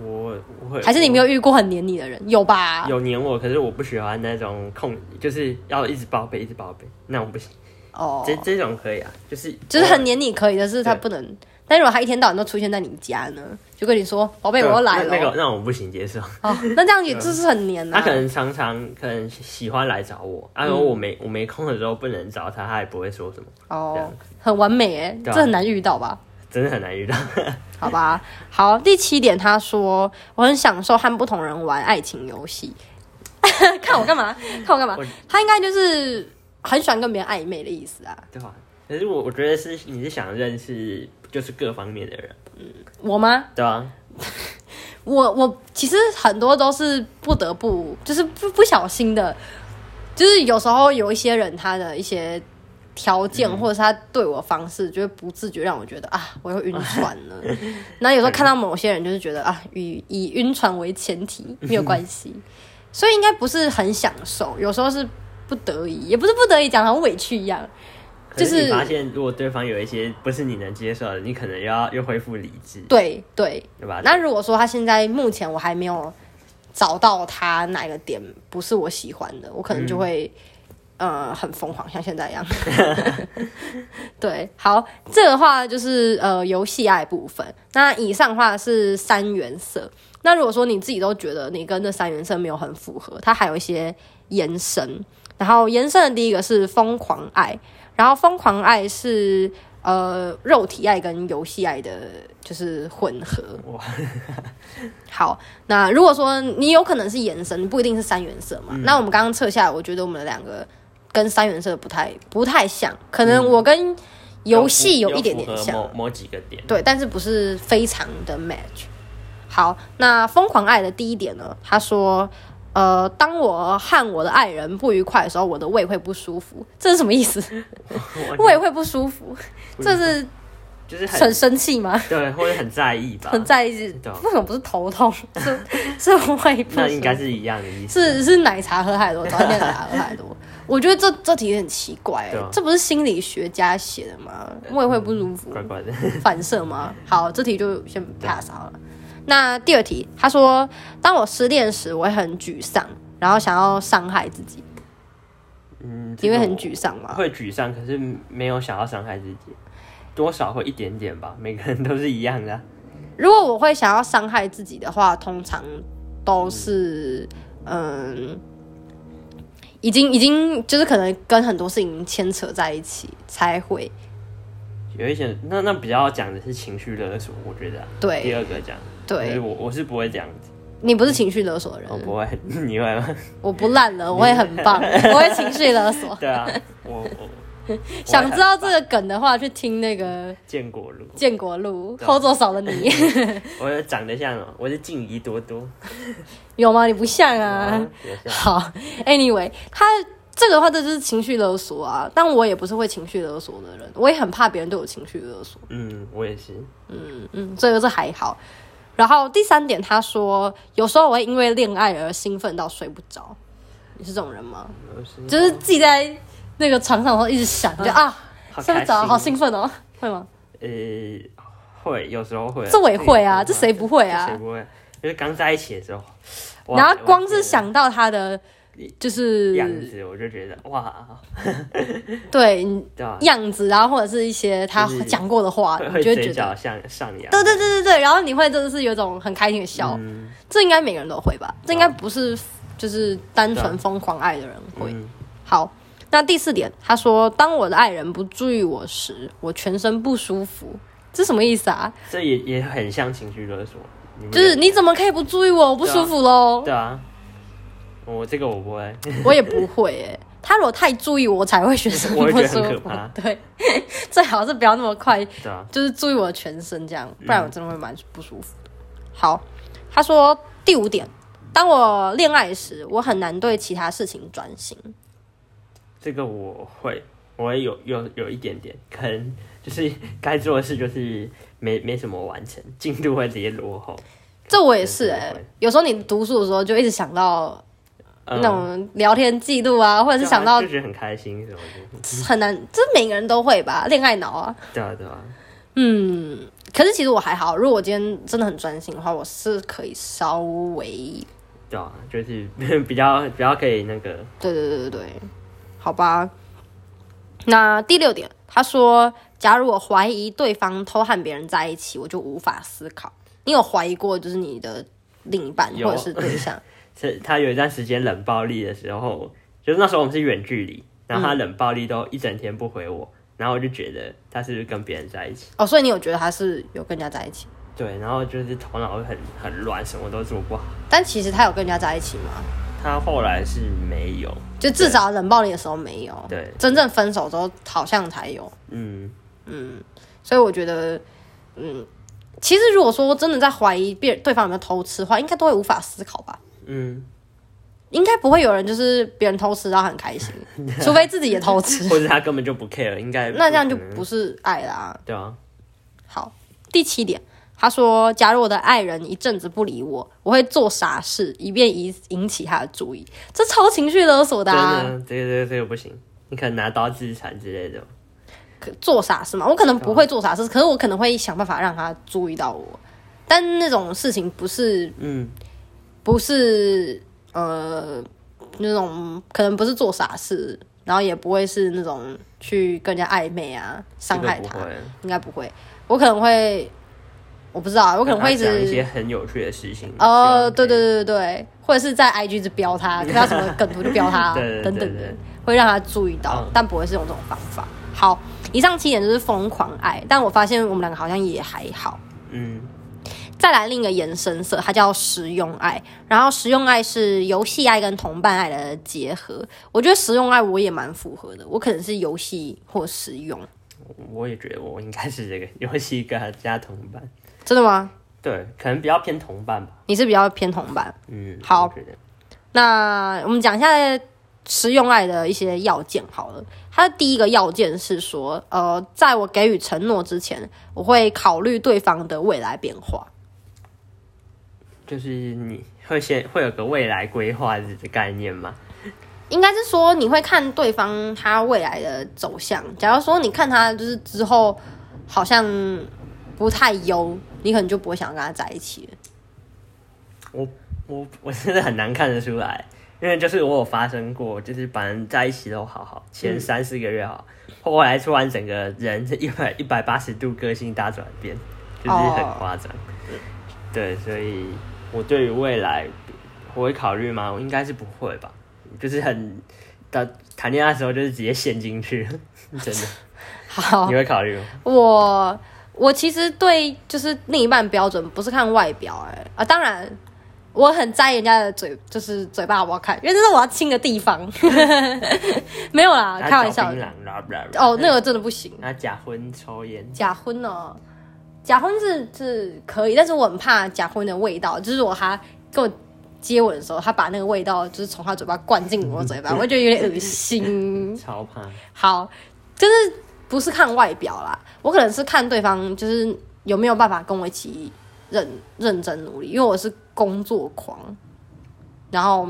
S2: 我我会
S1: 还是你没有遇过很黏你的人？有吧？
S2: 有黏我，可是我不喜欢那种控，就是要一直报备，一直报备，那我不行。
S1: 哦，
S2: 这这种可以啊，就是
S1: 就是很黏你可以，但是他
S2: 对
S1: 不能。但如果他一天到晚都出现在你家呢，就跟你说“宝贝，我要来了”，
S2: 那那 个那我不行接受。
S1: 哦，那这样也就是很黏啊呐、
S2: 他可能常常可能喜欢来找我，啊，
S1: 嗯
S2: 如果我没我没空的时候不能找他，他也不会说什么，这
S1: 哦
S2: 样，
S1: 很完美哎、
S2: 对
S1: 这
S2: 啊
S1: 很难遇到吧？
S2: 真的很难遇到。
S1: 好吧，好，第七点他说我很享受和不同人玩爱情游戏， 看我干嘛？看我干嘛
S2: 我？
S1: 他应该就是很喜欢跟别人暧昧的意思啊。
S2: 对吧？可是我我觉得是你是想认识就是各方面的人，
S1: 我吗？
S2: 对吧？
S1: 我我其实很多都是不得不，就是不不小心的，就是有时候有一些人他的一些条件，或者是他对我的方式，就会不自觉让我觉得啊，我又晕船了。然后有时候看到某些人，就是觉得啊，以以晕船为前提没有关系，所以应该不是很享受，有时候是不得已，也不是不得已讲得很委屈一样，
S2: 可
S1: 就是
S2: 你发现，如果对方有一些不是你能接受的，你可能又要又恢复理智，
S1: 对对，
S2: 对吧？
S1: 那如果说他现在目前我还没有找到他哪个点不是我喜欢的，我可能就会、呃很疯狂，像现在一样。 对，好，这个话就是呃游戏爱部分。那以上的话是三原色。那如果说你自己都觉得你跟这三原色没有很符合，它还有一些延伸。然后延伸的第一个是疯狂爱，然后疯狂爱是呃肉体爱跟游戏爱的，就是混合。 好，那如果说你有可能是延伸，不一定是三原色嘛。那我们刚刚测下来，我觉得我们两个跟三原色不太不太像，可能我跟游戏有
S2: 有
S1: 一点点像，
S2: 某某几个点，
S1: 对，但是不是非常的 match。好，那疯狂爱的第一点呢，他说，呃，当我和我的爱人不愉快的时候，我的胃会不舒服，这是什么意 思？胃会不舒服，这是
S2: 就是很
S1: 很生气吗？
S2: 对，或者很在意吧，
S1: 很在意，
S2: 对啊
S1: 为什么不是头痛？ 是是胃不舒
S2: 那
S1: 服？
S2: 应该是一样的意思，
S1: 是是奶茶喝太多，早点奶茶喝太多。 我觉得这这题很奇怪、欸
S2: 对啊
S1: 这不是心理学家写的吗？胃会不舒服，
S2: 怪怪 的，
S1: 反射吗？好，这题就先 pass 好了。那第二题，他说，当我失恋时，我会很沮丧，然后想要伤害自己。
S2: 嗯，
S1: 你
S2: 因
S1: 会
S2: 为
S1: 很沮丧吗？
S2: 会沮丧，可是没有想要伤害自己，多少会一点点吧， 每个人都是一样的啊，
S1: 如果我会想要伤害自己的话，通常都是嗯，已经已经就是可能跟很多事情牵扯在一起才会
S2: 有一些那那比较讲的是情绪勒索，我觉得啊、第
S1: 对
S2: 二个讲，就是
S1: 对。嗯
S2: 我我是不会这样子，
S1: 你不是情绪勒索的人，
S2: 我不会，你会 吗？
S1: 我不烂了，我会很棒， 我会情绪勒索。
S2: 对啊，我我
S1: 想知道这个梗的话，去听那个
S2: 建国路，
S1: 建国路
S2: 对啊
S1: 后座少了你，
S2: 我长得像哦，我是静怡多多
S1: 有吗？你不像啊。，
S2: 有像
S1: 好，anyway，他这个的话，这就是情绪勒索啊。但我也不是会情绪勒索的人，我也很怕别人对我情绪勒索。
S2: 嗯，我也是，
S1: 嗯嗯，所以这还好。然后第三点，他说有时候我会因为恋爱而兴奋到睡不着。你是这种人吗？
S2: 我是
S1: 就是自己在那个床上的时候一直想，就啊
S2: 嗯好
S1: 睡不
S2: 开心
S1: 着，好兴奋哦，会吗？
S2: 呃，会有时候会啊，
S1: 这我也会啊，这
S2: 自己
S1: 谁不会
S2: 这
S1: 啊？
S2: 谁不会？就是刚在一起的时候，哇
S1: 然后光是想到他的就是
S2: 样子，我就觉得哇，
S1: 对
S2: 对吧？
S1: 样子，然后或者是一些他
S2: 就是
S1: 讲过的话，
S2: 会
S1: 啊你
S2: 会
S1: 就会觉
S2: 嘴
S1: 得
S2: 角。向上扬，
S1: 对对对对对，然后你会真的是有一种很开心的笑，
S2: 嗯，
S1: 这应该每个人都会吧？
S2: 啊
S1: 这应该不是就是单
S2: 对
S1: 纯疯狂爱的人会。
S2: 嗯，
S1: 好，那第四点，他说当我的爱人不注意我时，我全身不舒服，这什么意思啊？
S2: 这也也很像情绪勒索，们
S1: 就是
S2: 有
S1: 你怎么可以不注意我？我不舒服喽。
S2: 对啊，我这个我不会，
S1: 我也不会诶、他如果太注意我，才会全身
S2: 我会
S1: 不
S2: 觉得
S1: 舒
S2: 很可
S1: 服
S2: 怕。
S1: 对， 最好是不要那么快，
S2: 对啊，
S1: 就是注意我的全身这样，不然我真的会蛮不舒服的。好，他说第五点，当我恋爱时，我很难对其他事情专心。
S2: 这个我会，我会有有有一点点，可能就是该做的事就是没没什么完成，进度会直接落后。
S1: 这我也是诶、欸
S2: 对对
S1: 有时候你读书的时候就一直想到
S2: 嗯
S1: 那种聊天记录啊，或者
S2: 对
S1: 是
S2: 啊
S1: 想到
S2: 就觉得很开心什么的，
S1: 很难，这每个人都会吧，恋爱脑啊。
S2: 对啊对啊，
S1: 嗯，可是其实我还好，如果我今天真的很专心的话，我是可以稍微
S2: 对啊，就是 比较比较可以那个，
S1: 对对对对对，好吧。那第六点，他说，假如我怀疑对方偷和别人在一起，我就无法思考。你有怀疑过就是你的另一半
S2: 有
S1: 或者是对象？
S2: 是他有一段时间冷暴力的时候，就是那时候我们是远距离，然
S1: 嗯
S2: 后他冷暴力都一整天不回我，然后我就觉得他是不是跟别人在一起？
S1: 哦，所以你有觉得他是有跟人家在一起？
S2: 对，然后就是头脑会很很乱，什么都做不好。
S1: 但其实他有跟人家在一起吗？
S2: 他后来是没有，
S1: 就至少冷暴力的时候没有，
S2: 对，
S1: 真正分手之后好像才有。
S2: 嗯。
S1: 所以我觉得，嗯，其实如果说真的在怀疑别对方有没有偷吃的话，应该都会无法思考吧。
S2: 嗯，
S1: 应该不会有人就是别人偷吃然后很开心，除非自己也偷 吃，
S2: 或者他根本就不 care，应该
S1: 嗯 那这样就
S2: 可能
S1: 不是爱啦。
S2: 对啊，
S1: 好，第七点，他说，假如我的爱人一阵子不理我，我会做傻事，以便引引起他的注意，这超情绪勒索的、
S2: 真
S1: 啊。
S2: 的，这个这个这个不行，你可能拿刀自残之类的，
S1: 可做傻事嘛，我可能不会做傻事，可是我可能会想办法让他注意到我。但那种事情不是
S2: 嗯，
S1: 不是呃那种可能不是做傻事，然后也不会是那种去跟人家暧昧啊，
S2: 这
S1: 伤
S2: 个
S1: 害
S2: 不
S1: 他，
S2: 会。
S1: 应该不会。我可能会，我不知道啊，我可能会一
S2: 跟他讲一
S1: 直
S2: 些很有趣的事情。
S1: 哦，对对对对
S2: 对
S1: 对，或者是在 IG 就标 他，跟他什么梗图就标他啊
S2: 对对对
S1: 等等
S2: 对
S1: 的
S2: 对，
S1: 会让他注意到
S2: 嗯，
S1: 但不会是用这种方法。好，以上七点就是疯狂爱，但我发现我们两个好像也还好。
S2: 嗯，
S1: 再来另一个延伸色，它叫实用爱。然后实用爱是游戏爱跟同伴爱的结合。我觉得实用爱我也蛮符合的，我可能是游戏或实用。
S2: 我也觉得我应该是这个游戏跟加同伴，
S1: 真的吗？
S2: 对，可能比较偏同伴吧。
S1: 你是比较偏同伴。
S2: 嗯，
S1: 好
S2: 我觉得
S1: 那我们讲一下实用爱的一些要件好了。它的第一个要件是说，呃，在我给予承诺之前，我会考虑对方的未来变化。
S2: 就是你会先会有个未来规划的概念嘛？
S1: 应该是说你会看对方他未来的走向。假如说你看他就是之后好像不太优，你可能就不会想跟他在一起了。
S2: 我我真的很难看得出来，因为就是我有发生过，就是本来在一起都好好，
S1: 嗯
S2: 前三四个月好，后来突然整个人一百一百八十度个性大转变，就是很
S1: 哦
S2: 夸张。对，所以我对于未来我会考虑吗？我应该是不会吧，就是很到谈恋爱的时候就是直接陷进去，真的。
S1: 好
S2: 你，会考虑吗？
S1: 我我其实对就是另一半标准不是看外表、哎啊，当然我很在意人家的嘴，就是嘴巴好不好看，因为这是我要亲的地方。 没有啦，啊开玩笑
S2: 他
S1: 的
S2: 嚼槟榔啦啦啦
S1: 哦，那个真的不行。
S2: 他假婚抽烟，
S1: 假婚哦，假婚是是可以，但是我很怕假婚的味道，就是我他跟我接吻的时候，他把那个味道就是从他嘴巴灌进我嘴巴，我觉得有点恶心。
S2: 超怕。
S1: 好，就是不是看外表啦，我可能是看对方就是有没有办法跟我一起认认真努力，因为我是工作狂。然后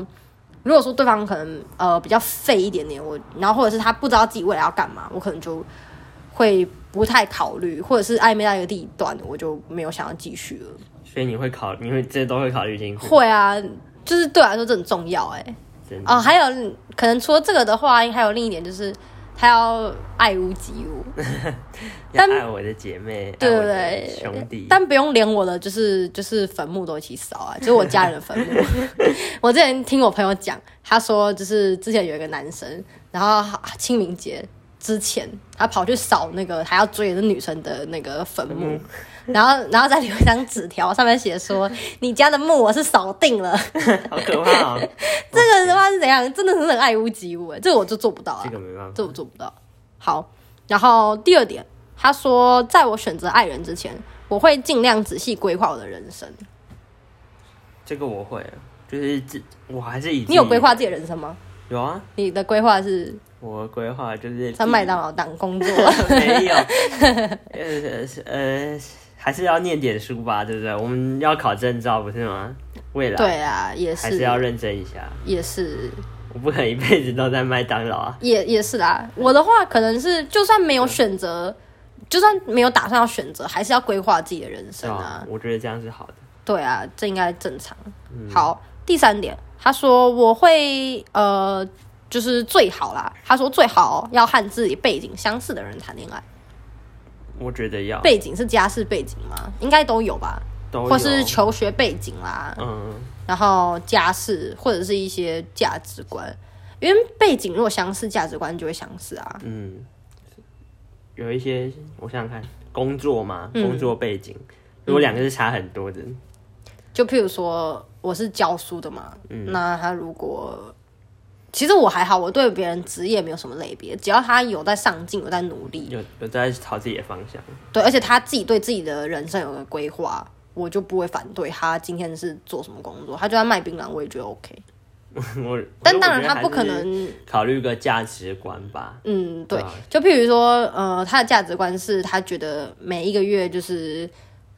S1: 如果说对方可能呃比较废一点点，我然后或者是他不知道自己未来要干嘛，我可能就会不太考虑，或者是暧昧到一个地段，我就没有想要继续了。
S2: 所以你会考，你会这些都会考虑进去，
S1: 会啊，就是对我来说这很重要哎、
S2: 真的。
S1: 哦，还有可能除了这个的话，还有另一点就是他要爱屋及乌。
S2: 要
S1: 但
S2: 爱我的姐妹，
S1: 对
S2: 爱我
S1: 对
S2: 的
S1: 对，
S2: 兄弟，
S1: 但不用连我的就是就是坟墓都一起扫 啊，就是我家人的坟墓。 我之前听我朋友讲，他说就是之前有一个男生，然后清明节之前他跑去扫那个他要追的女生的那个坟墓， 然后然后再留一张纸条，上面写说你家的墓我是扫定了。
S2: 好可怕哦！
S1: 这个的话是怎样？真的是很爱屋及乌哎，这个我就做不到啊
S2: 这。个没办法，
S1: 这我做不到。好，然后第二点，他说，在我选择爱人之前，我会尽量仔细规划我的人生。
S2: 这个我会，啊就是这我还是以自己
S1: 你有规划？自己的人生吗？
S2: 有啊，
S1: 你的规划是
S2: 我的规划就是
S1: 在麦当劳当工作？
S2: 没有，呃呃，还是要念点书吧，对不对？我们要考证照不是吗？未来
S1: 对啊，也
S2: 还
S1: 是，
S2: 是要认真一下，
S1: 也是，
S2: 我不可能一辈子都在麦当劳啊。
S1: 也也是啦。我的话可能是，就算没有选择，就算没有打算要选择，还是要规划自己的人
S2: 对
S1: 生啊
S2: 吧？。我觉得这样是好的。
S1: 对啊，这应该正常。
S2: 嗯
S1: 好，第三点，他说我会呃，就是最好啦。他说最好要和自己背景相似的人谈恋爱。
S2: 我觉得要
S1: 背景是家世背景吗？应该都有吧，
S2: 都有
S1: 或是求学背景啦，
S2: 嗯，
S1: 然后家世或者是一些价值观。因为背景如果相似，价值观就会相似啊。
S2: 嗯，有一些我想想看，工作嘛，
S1: 嗯
S2: 工作背景，如果两个是差很多的，
S1: 就譬如说，我是教书的嘛，那他如果其实我还好，我对别人职业没有什么类别，只要他有在上进，有在努力，
S2: 有有在朝自己的方向，
S1: 对，而且他自己对自己的人生有个规划，我就不会反对他今天是做什么工作，他就算卖槟榔，我也觉得 OK。
S2: 我
S1: 但当然，他不
S2: 我觉
S1: 可
S2: 得还是
S1: 能，
S2: 考虑个价值观吧，
S1: 嗯，
S2: 对
S1: 对
S2: 啊，
S1: 就譬如说，呃，他的价值观是他觉得每一个月就是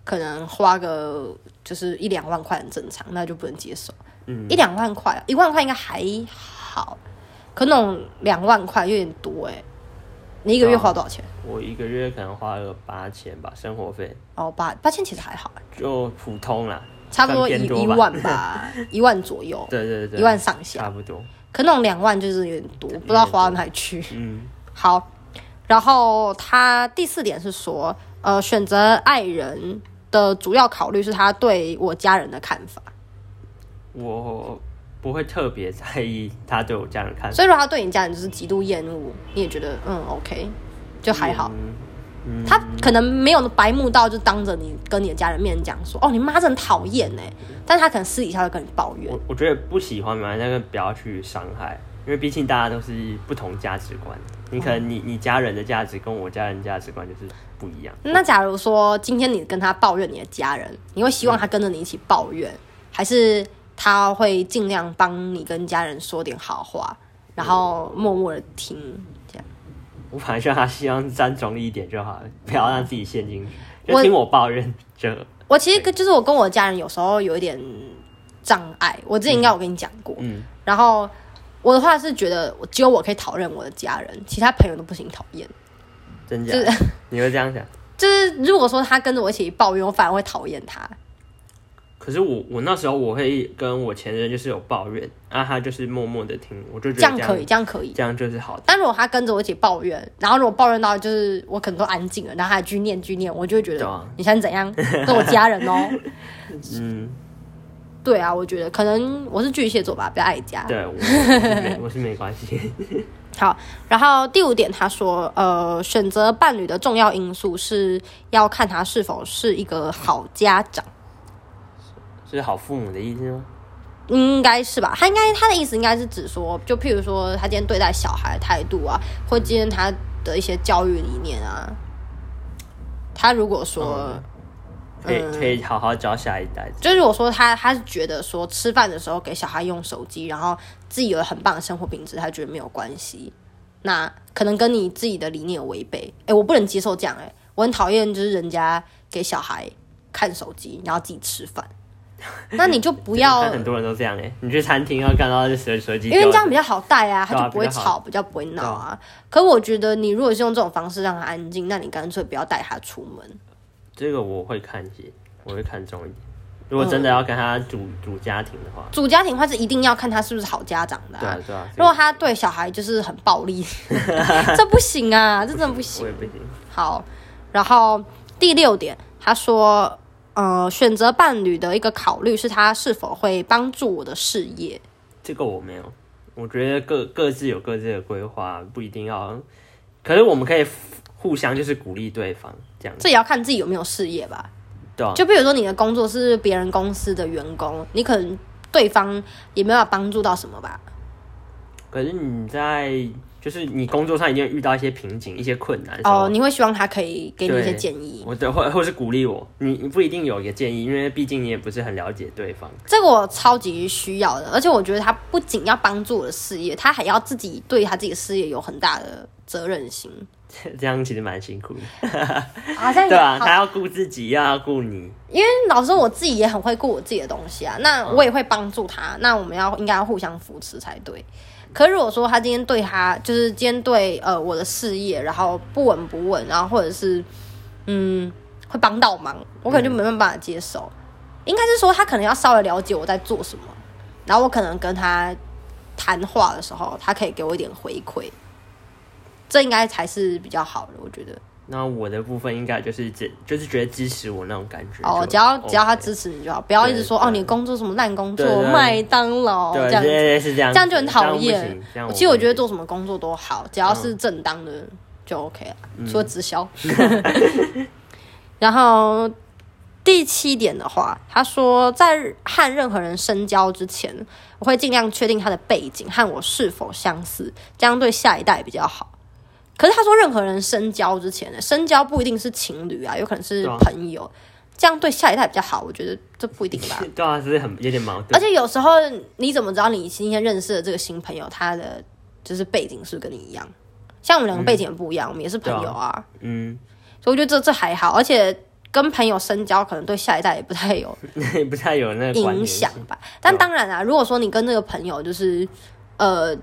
S1: 可能花个就是一两万块很正常，那就不能接受。
S2: 嗯，
S1: 一两万块，一万块应该还好，可那种两万块有点多哎、你一
S2: 啊
S1: 个月花多少钱？
S2: 我一个月可能花了八千吧，生活费
S1: 哦，八八千其实还好，欸
S2: 就普通啦，
S1: 差不多
S2: 算
S1: 一
S2: 偏多
S1: 一
S2: 吧
S1: 万 吧，一万左右，
S2: 对对对，
S1: 一万上下。
S2: 差不多，
S1: 可那种两万就是有点多，不知道花到哪里去。
S2: 嗯，
S1: 好，然后他第四点是说，呃，选择爱人的主要考虑是他对我家人的看法。
S2: 我不会特别在意他对我家人看法，
S1: 所以说他对你家人就是极度厌恶，你也觉得嗯 OK，就还好。
S2: 嗯
S1: 他可能没有白目到就当着你跟你的家人面讲说，哦，你妈真的讨厌哎，但是他可能私底下会跟你抱怨。
S2: 我我觉得不喜欢嘛，那个不要去伤害，因为毕竟大家都是不同价值观，你可能你你家人的价值跟我家人价值观就是不一样，
S1: 那假如说今天你跟他抱怨你的家人，你会希望他跟着你一起抱怨，还是他会尽量帮你跟家人说点好话，然后默默的听？这样
S2: 我反而希望他希望占中立一点就好了，不要让自己陷进去，
S1: 我
S2: 就听我抱怨就
S1: 我其实跟就是我跟我家人有时候有一点障碍，我之前应该有跟你讲过，
S2: 嗯
S1: 然后我的话是觉得我只有我可以讨厌我的家人，其他朋友都不行讨厌。
S2: 真假
S1: 就？
S2: 你会这样想？
S1: 就是如果说他跟着我一起抱怨，我反而会讨厌他。
S2: 可是我我那时候我会跟我前任就是有抱怨，啊，他就是默默的听，我就
S1: 这
S2: 觉得这
S1: 样
S2: 样
S1: 可以，，这样可以。
S2: 这样就是好的。
S1: 但如果他跟着我一起抱怨，然后如果抱怨到就是我可能都安静了，然后他还继续念继续念，我就会觉
S2: 对
S1: 得、
S2: 啊
S1: 你现在怎 样？跟我家人哦。
S2: 嗯，
S1: 对啊，我觉得可能我是巨蟹座吧，比较爱家。
S2: 对，我我是没我是没关系。
S1: 好，然后第五点，他说，呃，选择伴侣的重要因素是要看他是否是一个好家长。
S2: 是好父母的意思吗？
S1: 应该是吧，他应该他的意思应该是指说，就譬如说他今天对待小孩的态度啊，或今天他的一些教育理念啊，他如果说，
S2: 可以可以好好教下一代。
S1: 就如果说他他是觉得说吃饭的时候给小孩用手机，然后自己有很棒的生活品质，他觉得没有关系，那可能跟你自己的理念有违背，哎、我不能接受这样、诶哎，我很讨厌就是人家给小孩看手机，然后自己吃 饭，那你就不要
S2: 但很多人都这样哎、你去餐厅要看到就手手机
S1: 因
S2: 丢着，
S1: 为这样比较好带啊，他
S2: 对啊
S1: 就不会
S2: 比较好
S1: 吵，比较不会闹啊。可我觉得你如果是用这种方式让他安静，那你干脆不要带他出门。
S2: 这个我会看一些，我会看重一点。如
S1: 嗯
S2: 果真的要跟他组组家庭的话，
S1: 主家庭的话是一定要看他是不是好家长的、
S2: 对啊。对啊，
S1: 如果他对小孩就是很暴力， 这不行啊，这真的不
S2: 我
S1: 行
S2: 也。不行。
S1: 好，然后第六点，他说，呃，选择伴侣的一个考虑是他是否会帮助我的事业。
S2: 这个我没有，我觉得各各自有各自的规划，不一定要。可是我们可以互相就是鼓励对方这样子，
S1: 这也要看自己有没有事业吧。
S2: 对啊
S1: 就比如说你的工作是别人公司的员工，你可能对方也没办法帮助到什么吧。
S2: 可是你在就是你工作上一定会遇到一些瓶颈、一些困难的时候
S1: 哦，你会希望他可以给你一些建议。
S2: 我的或或是鼓励我，你你不一定有一个建议，因为毕竟你也不是很了解对方。
S1: 这个我超级需要的，而且我觉得他不仅要帮助我的事业，他还要自己对他自己的事业有很大的责任心。
S2: 这样其实蛮辛苦的，
S1: 好像 也
S2: 对啊，
S1: 好
S2: 他，要顾自己，又要顾你，
S1: 因为老实说，我自己也很会顾我自己的东西啊，那我也会帮助他，那我们要应该要互相扶持才对。可如果说他今天对他，就是今天对呃我的事业，然后不闻不问，然后或者是嗯会帮到忙，我可能就没办法接受。应该是说他可能要稍微了解我在做什么，然后我可能跟他谈话的时候，他可以给我一点回馈，这应该才是比较好的，我觉得。
S2: 那我的部分应该就是只就是觉得支持我那种感觉。
S1: 哦，
S2: 就
S1: 只要
S2: OK
S1: 只要他支持你就好，不要一直说
S2: 对
S1: 哦，
S2: 对
S1: 你工作什么烂工
S2: 对
S1: 作，
S2: 对
S1: 麦当劳
S2: 对
S1: 哦这样
S2: 对
S1: 子，
S2: 对是这样子，
S1: 这样就很讨
S2: 这样不
S1: 厌
S2: 行。这样
S1: 其实我觉得
S2: 不
S1: 做
S2: 行
S1: 什么工作都好，只要
S2: 嗯
S1: 是正当的就 OK 了，除了直 销。
S2: 啊
S1: 然后第七点的话，他说在和任何人深交之前，我会尽量确定他的背景和我是否相似，这样对下一代比较好。可是他说，任何人深交之前，深交不一定是情侣啊，有可能是
S2: 对啊
S1: 朋友，这样对下一代比较好。我觉得这不一定吧。
S2: 对啊，是很有点矛
S1: 而
S2: 盾。
S1: 且有时候你怎么知道你今天认识的这个新朋友，他的就是背景是不是跟你一样？像我们两个背景也不一样，我们也是朋友啊，
S2: 嗯，
S1: 所以我觉得这这还好，而且跟朋友深交可能对下一代也不太有
S2: 不太有 那个关
S1: 影
S2: 联
S1: 响
S2: 性
S1: 吧。但当然啊，如果说你跟这个朋友就是呃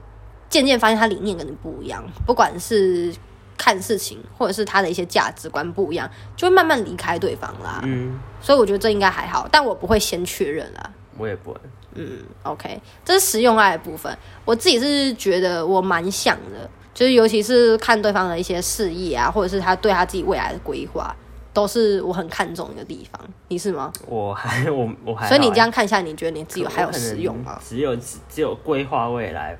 S1: 渐渐发现他理念跟你不一样，不管是看事情或者是他的一些价值观不一样，就会慢慢离开对方啦。
S2: 嗯，
S1: 所以我觉得这应该还好，但我不会先确认啦。
S2: 我也不会。
S1: 嗯，OK，这是实用爱的部分。我自己是觉得我蛮想的，就是尤其是看对方的一些事业啊，或者是他对他自己未来的规划，都是我很看重的地方。你是吗？
S2: 我还我我还好欸，
S1: 所以你这样看下来，你觉得你自己有
S2: 我
S1: 还有
S2: 可能
S1: 实用吗？
S2: 只有只只有规划未来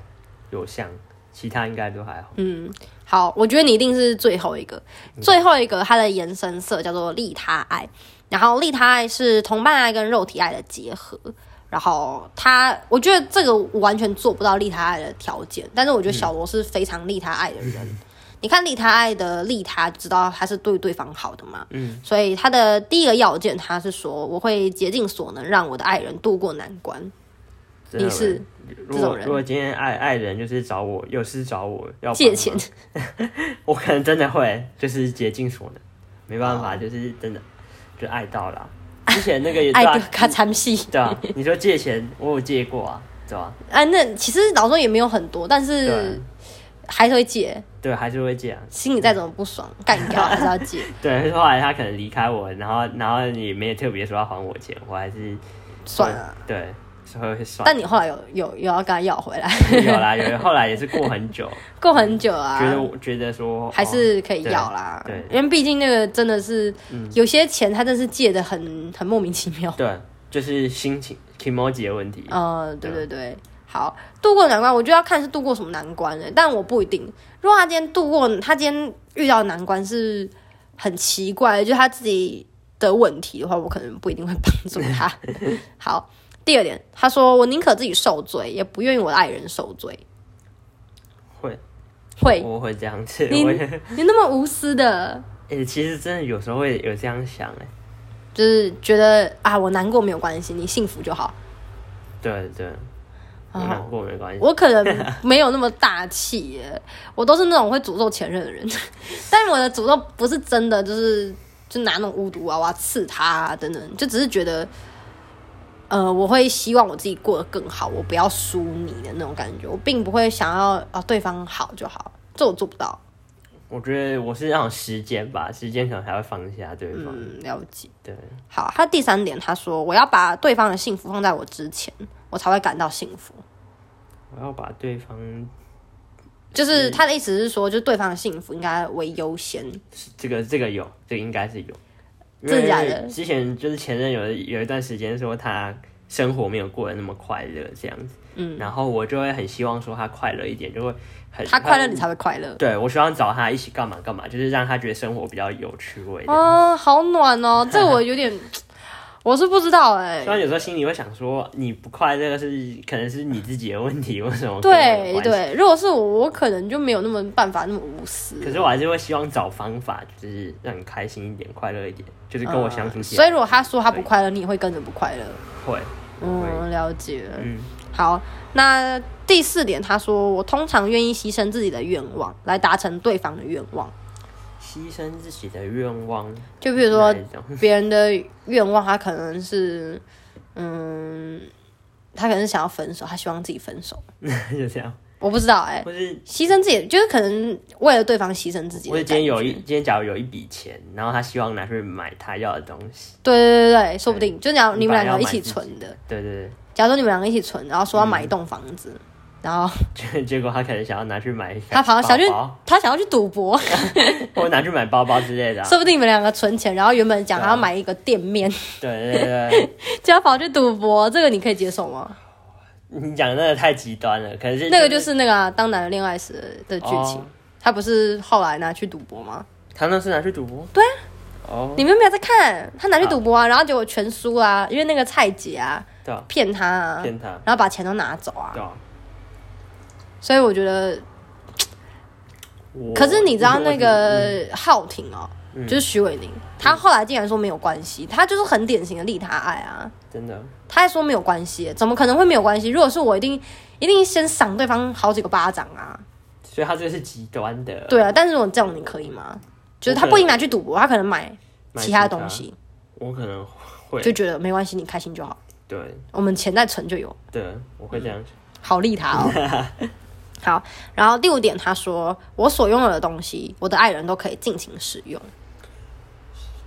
S2: 有像，其他应该都还好。
S1: 嗯，好，我觉得你一定是最后一个，
S2: 嗯
S1: 最后一个它的延伸色叫做利他爱，然后利他爱是同伴爱跟肉体爱的结合，然后他我觉得这个我完全做不到利他爱的条件，但是我觉得小罗是非常利他爱的人。
S2: 嗯
S1: 你看利他爱的利他，知道他是对对方好的嘛？
S2: 嗯，
S1: 所以他的第一个要件，他是说我会竭尽所能让我的爱人渡过难关。
S2: 真的
S1: 你是
S2: 如
S1: 这种
S2: 果
S1: 人
S2: 如果今天爱爱人就是找我，有事找我要帮
S1: 借钱
S2: 忙，我可能真的会就是竭尽所能，没办
S1: 哦
S2: 法，就是真的就爱到 了啊。之前那个也
S1: 爱
S2: 对啊
S1: 的咔嚓戏，
S2: 对啊，你说借钱，我有借过啊，对吧、
S1: 哎，那其实老实说也没有很多，但
S2: 对
S1: 是
S2: 啊
S1: 还是会借，
S2: 对，还是会借啊。
S1: 心里再怎么不爽，干掉 还是要借。
S2: 对，后来他可能离开我，然后然后也没有特别说要还我钱，我还是
S1: 算啊了，
S2: 对，稍微算
S1: 但你后来有有有要跟他要回来，
S2: 有啦，有后来也是过很久，
S1: 过很久 啊
S2: 觉，得我觉得说
S1: 还是可以
S2: 对
S1: 要啦
S2: 对。嗯
S1: 因为毕竟那个真的是有些钱，他真的是借的很很莫名其妙
S2: 哦。对，就是心情 emoji 的问题。
S1: 呃，对对
S2: 对
S1: 对，好，度过难关，我就要看是度过什么难关了、但我不一定。如果他今天度过，他今天遇到的难关是很奇怪的，就是他自己的问题的话，我可能不一定会帮助他。好，第二点，他说我宁可自己受罪，也不愿意我的爱人受罪。
S2: 会，
S1: 会，
S2: 我会这样子。
S1: 你
S2: 我 也
S1: 你那么无私的，
S2: 欸，其实真的有时候会有这样想，哎，
S1: 就是觉得啊，我难过没有关系，你幸福就好。
S2: 对对，我
S1: 哦
S2: 难过没关系。
S1: 啊我可能没有那么大气耶，我都是那种会诅咒前任的人， 但我的诅咒不是真的，就是就拿那种巫毒娃娃刺他、啊、等等，就只是觉得，呃，我会希望我自己过得更好，我不要输你的那种感觉，我并不会想要啊对方好就好，这我做不到。
S2: 我觉得我是那种时间吧，时间可能还会放下对方。
S1: 嗯，了解。
S2: 对，
S1: 好，他第三点，他说我要把对方的幸福放在我之前，我才会感到幸福。
S2: 我要把对方
S1: 就是他的意思是说，就是对方的幸福应该为优先。
S2: 这个这个有，这个应该是有。因
S1: 真的假
S2: 为
S1: 的
S2: 之前就是前任有有一段时间说他生活没有过得那么快乐这样子，嗯，然后我就会很希望说他快乐一点，就会很
S1: 他快乐，你才会快乐。
S2: 对我希望找他一起干嘛干嘛，就是让他觉得生活比较有趣味。
S1: 啊，好暖 哦！这我有点，我是不知道哎、
S2: 虽然有时候心里会想说，你不快乐是可能是你自己的问题，为什么跟我有
S1: 对
S2: 关系？
S1: 对，如果是我，我可能就没有那么办法那么无私。
S2: 可是我还是会希望找方法，就是让你开心一点、快乐一点，就是跟我相处
S1: 啊
S2: 起来。
S1: 所以如果他说他不快乐，你也会跟着不快乐。
S2: 会，
S1: 嗯，了解。
S2: 嗯，
S1: 好，那第四点，他说我通常愿意牺牲自己的愿望来达成对方的愿望，
S2: 牺牲自己的愿望，
S1: 就比如说
S2: 哪一种
S1: 别人的愿望，他可能是，嗯，他可能是想要分手，他希望自己分手，
S2: 就这样，
S1: 我不知道哎、
S2: 或是
S1: 牺牲自己，就是可能为了对方牺牲自己的
S2: 或是
S1: 感觉。
S2: 今天有一今天假如有一笔钱，然后他希望拿去买他要的东西，
S1: 对对对对，说不定就假如你们
S2: 本来
S1: 两个
S2: 要
S1: 一起
S2: 买自己
S1: 存的，
S2: 对对
S1: 假如说你们两个一起存，然后说要买一栋房子，
S2: 嗯
S1: 然后
S2: 对，结结果他可能想要拿去买
S1: 他 跑
S2: 包
S1: 想去
S2: 包
S1: 他想要去赌博，
S2: 或拿去买包包之类的啊、
S1: 说不定你们两个存钱，然后原本讲他要买一个店面，
S2: 对啊对对。
S1: 就要跑去赌博，这个你可以接受吗？
S2: 你讲的那个太极端了，可能是
S1: 那个就是那个、啊《当男人恋爱时》的剧情，
S2: 哦
S1: 他不是后来拿去赌博吗？
S2: 唐诺是拿去赌博，对
S1: 啊
S2: 哦，
S1: 你们没有在看，他拿去赌博啊，然后结果全输啊，因为那个蔡姐啊
S2: 对啊，
S1: 骗他啊，
S2: 骗他，
S1: 然后把钱都拿走啊，
S2: 对啊，
S1: 所以我觉得
S2: 我
S1: 可是你知道那个浩廷哦、
S2: 嗯
S1: 就是徐伟宁，他后来竟然说没有关系，他就是很典型的利他爱啊。
S2: 真的，
S1: 他还说没有关系，怎么可能会没有关系？如果是我，一定一定先赏对方好几个巴掌啊！
S2: 所以他这个是极端的，
S1: 对啊，但是我这种你可以吗？就是他
S2: 我可能
S1: 不一定拿去赌博，他可能买
S2: 买
S1: 其他
S2: 其他
S1: 东西，
S2: 我可能会
S1: 就觉得没关系，你开心就好。
S2: 对
S1: 我们钱再存就有，
S2: 对，我会这样想，
S1: 好利他哦。好，然后第五点，他说我所拥有的东西，我的爱人都可以尽情使用。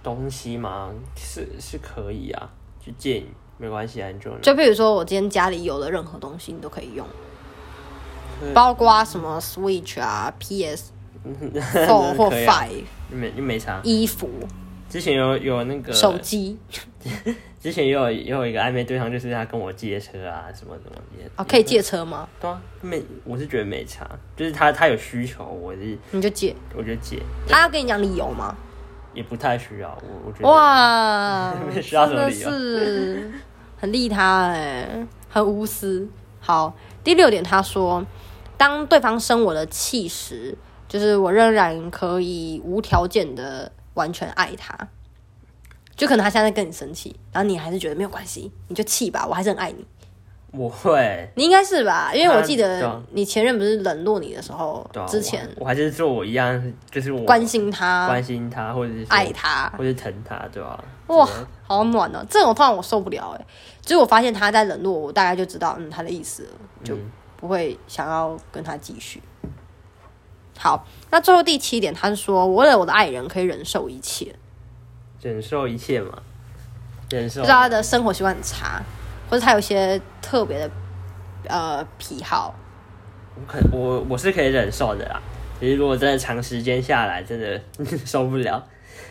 S2: 东西嘛，是是可以啊，就借你没关系啊，你就拿
S1: 就比如说我今天家里有的任何东西，你都可以用
S2: 对，
S1: 包括什么 Switch 啊、PS
S2: 嗯
S1: Four 或
S2: 可以啊
S1: Five、
S2: 没就没啥。
S1: 衣服、
S2: 之前有有那个
S1: 手机
S2: 之前也有也有一个暧昧对象，就是他跟我借车啊，什么什么也
S1: 啊，可以借车吗？
S2: 对啊，没我是觉得没差，就是他他有需求，我是
S1: 你就借。
S2: 我觉得借
S1: 他要跟你讲理由吗？
S2: 也不太需要，我我觉得，
S1: 哇
S2: 需要
S1: 真
S2: 什
S1: 的
S2: 么理由
S1: 是很利他哎、很无私。好，第六点他说，当对方生我的气时，就是我仍然可以无条件的完全爱他。就可能他现在跟你生气，然后你还是觉得没有关系，你就气吧，我还是很爱你。
S2: 我会
S1: 你应该是吧？因为我记
S2: 对啊
S1: 得你前任不是冷落你的时候，
S2: 对啊，
S1: 之前
S2: 我我还是做我一样，就是我
S1: 关心他、啊
S2: 关心他或者是
S1: 爱他，
S2: 或者疼他，对吧、
S1: 哇
S2: 这个，
S1: 好暖哦、这种突然我受不了哎、就是我发现他在冷落我，我大概就知道嗯他的意思了，就
S2: 嗯
S1: 不会想要跟他继续。好，那最后第七点，他是说我为了我的爱人可以忍受一切，
S2: 忍受一切嘛，忍受
S1: 不知道他的生活习惯很差，或者他有一些特别的呃癖好，
S2: 我可我我是可以忍受的啦。其实如果真的长时间下来，真的 受不了，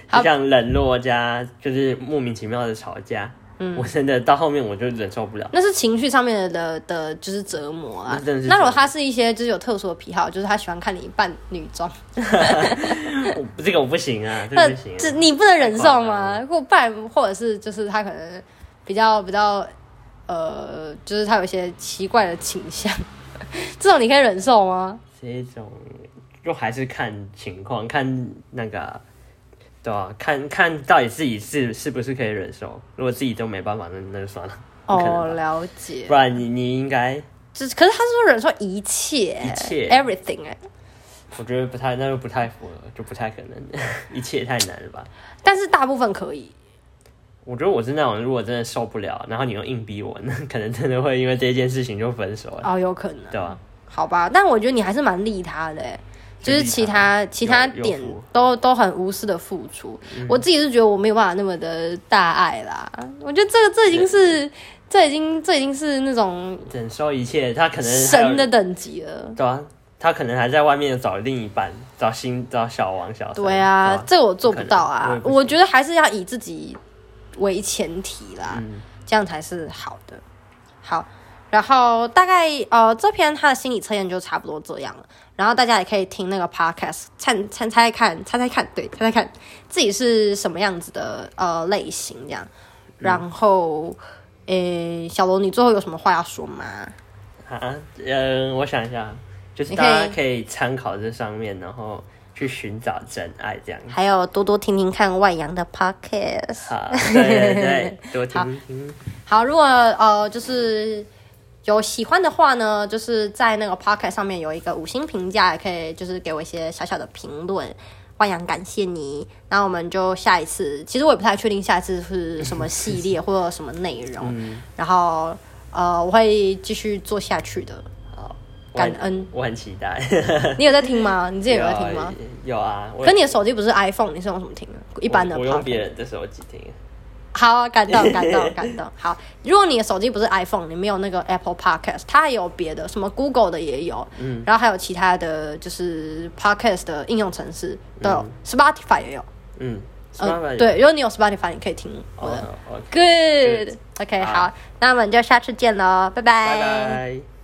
S1: 好
S2: 就像冷落加就是莫名其妙的吵架，
S1: 嗯
S2: 我真的到后面我就忍受不了。
S1: 那是情绪上面的的的就是折磨啊
S2: 那真的。是
S1: 那如果
S2: 折磨
S1: 他是一些就是有特殊的癖好，就是他喜欢看你扮女装，
S2: 我这个我不行啊，这
S1: 那
S2: 个不行啊、
S1: 这你不能忍受
S2: 太夸张
S1: 吗？或不然，或者是就是他可能比较比较呃，就是他有一些奇怪的倾向， 这种你可以忍受吗？
S2: 这种就还是看情况，看那个啊，对吧、看看到底自己是是不是可以忍受。如果自己都没办法，那那就算了。不可能
S1: 哦，
S2: 吧
S1: 了解
S2: 不。然你你应该，
S1: 就是，可是他是说忍受一切，
S2: 一切
S1: everything 哎、
S2: 我觉得不太，那就不太符合，就不太可能，一切太难了吧？
S1: 但是大部分可以。
S2: 我觉得我是那种，如果真的受不了，然后你又硬逼我，那可能真的会因为这件事情就分手了，
S1: 哦，有可能，
S2: 对吧？
S1: 好吧。但我觉得你还是蛮利他的、欸，就是其他其他
S2: 有
S1: 点
S2: 有福
S1: 都都很无私的付出。
S2: 嗯
S1: 我自己是觉得我没有办法那么的大爱啦，我觉得这个这已经是这已经这已经是那种
S2: 忍受一切，他可能还有
S1: 神的等级了。
S2: 对啊，他可能还在外面找另一半，找新找小王小三，
S1: 对啊
S2: 吧，
S1: 这我做不到
S2: 不可
S1: 啊
S2: 能我也，不行
S1: 我觉得还是要以自己为前提啦，
S2: 嗯
S1: 这样才是好的。好，然后大概呃这篇他的心理测验就差不多这样了，然后大家也可以听那个 podcast 猜猜猜看，猜猜看，对，猜猜看自己是什么样子的呃类型这样，然后。诶，小罗，你最后有什么话要说吗？
S2: 啊，嗯，我想一下，就是
S1: 你
S2: 大
S1: 可以
S2: 家可以参考这上面，然后去寻找真爱 这样。
S1: 还有多多听听看外扬的 podcast。
S2: 好，对对对，多听听。
S1: 好，如果呃就是有喜欢的话呢，就是在那个 Pocket 上面有一个五星评价，也可以就是给我一些小小的评论。万阳感谢你，那我们就下一次，其实我也不太确定下一次是什么系列或者什么内容，
S2: 嗯
S1: 然后呃我会继续做下去的。
S2: 好，我
S1: 感
S2: 很
S1: 恩，
S2: 我很期待。
S1: 你有在听吗？你自己有在听
S2: 有
S1: 吗
S2: 啊？？有啊，我
S1: 可你的手机不是 iPhone，你是用什么听的？一般的
S2: 我我
S1: Podcast
S2: 用别人的手机听。
S1: 好，啊感动，感动，感动。好，如果你的手机不是 iPhone，你没有那个 Apple Podcast，它也有别的，什么 Google 的也有，嗯，然后还有其他的就是 Podcast 的应用程式都有、s p o t i f y 也有，
S2: 嗯，
S1: 嗯、
S2: Spotify
S1: 对，如果你嗯有 Spotify，你可以听我
S2: 哦
S1: 的。
S2: 好，OK，
S1: Good，OK，、
S2: 好
S1: 好，那我们就下次见喽，拜
S2: 拜拜。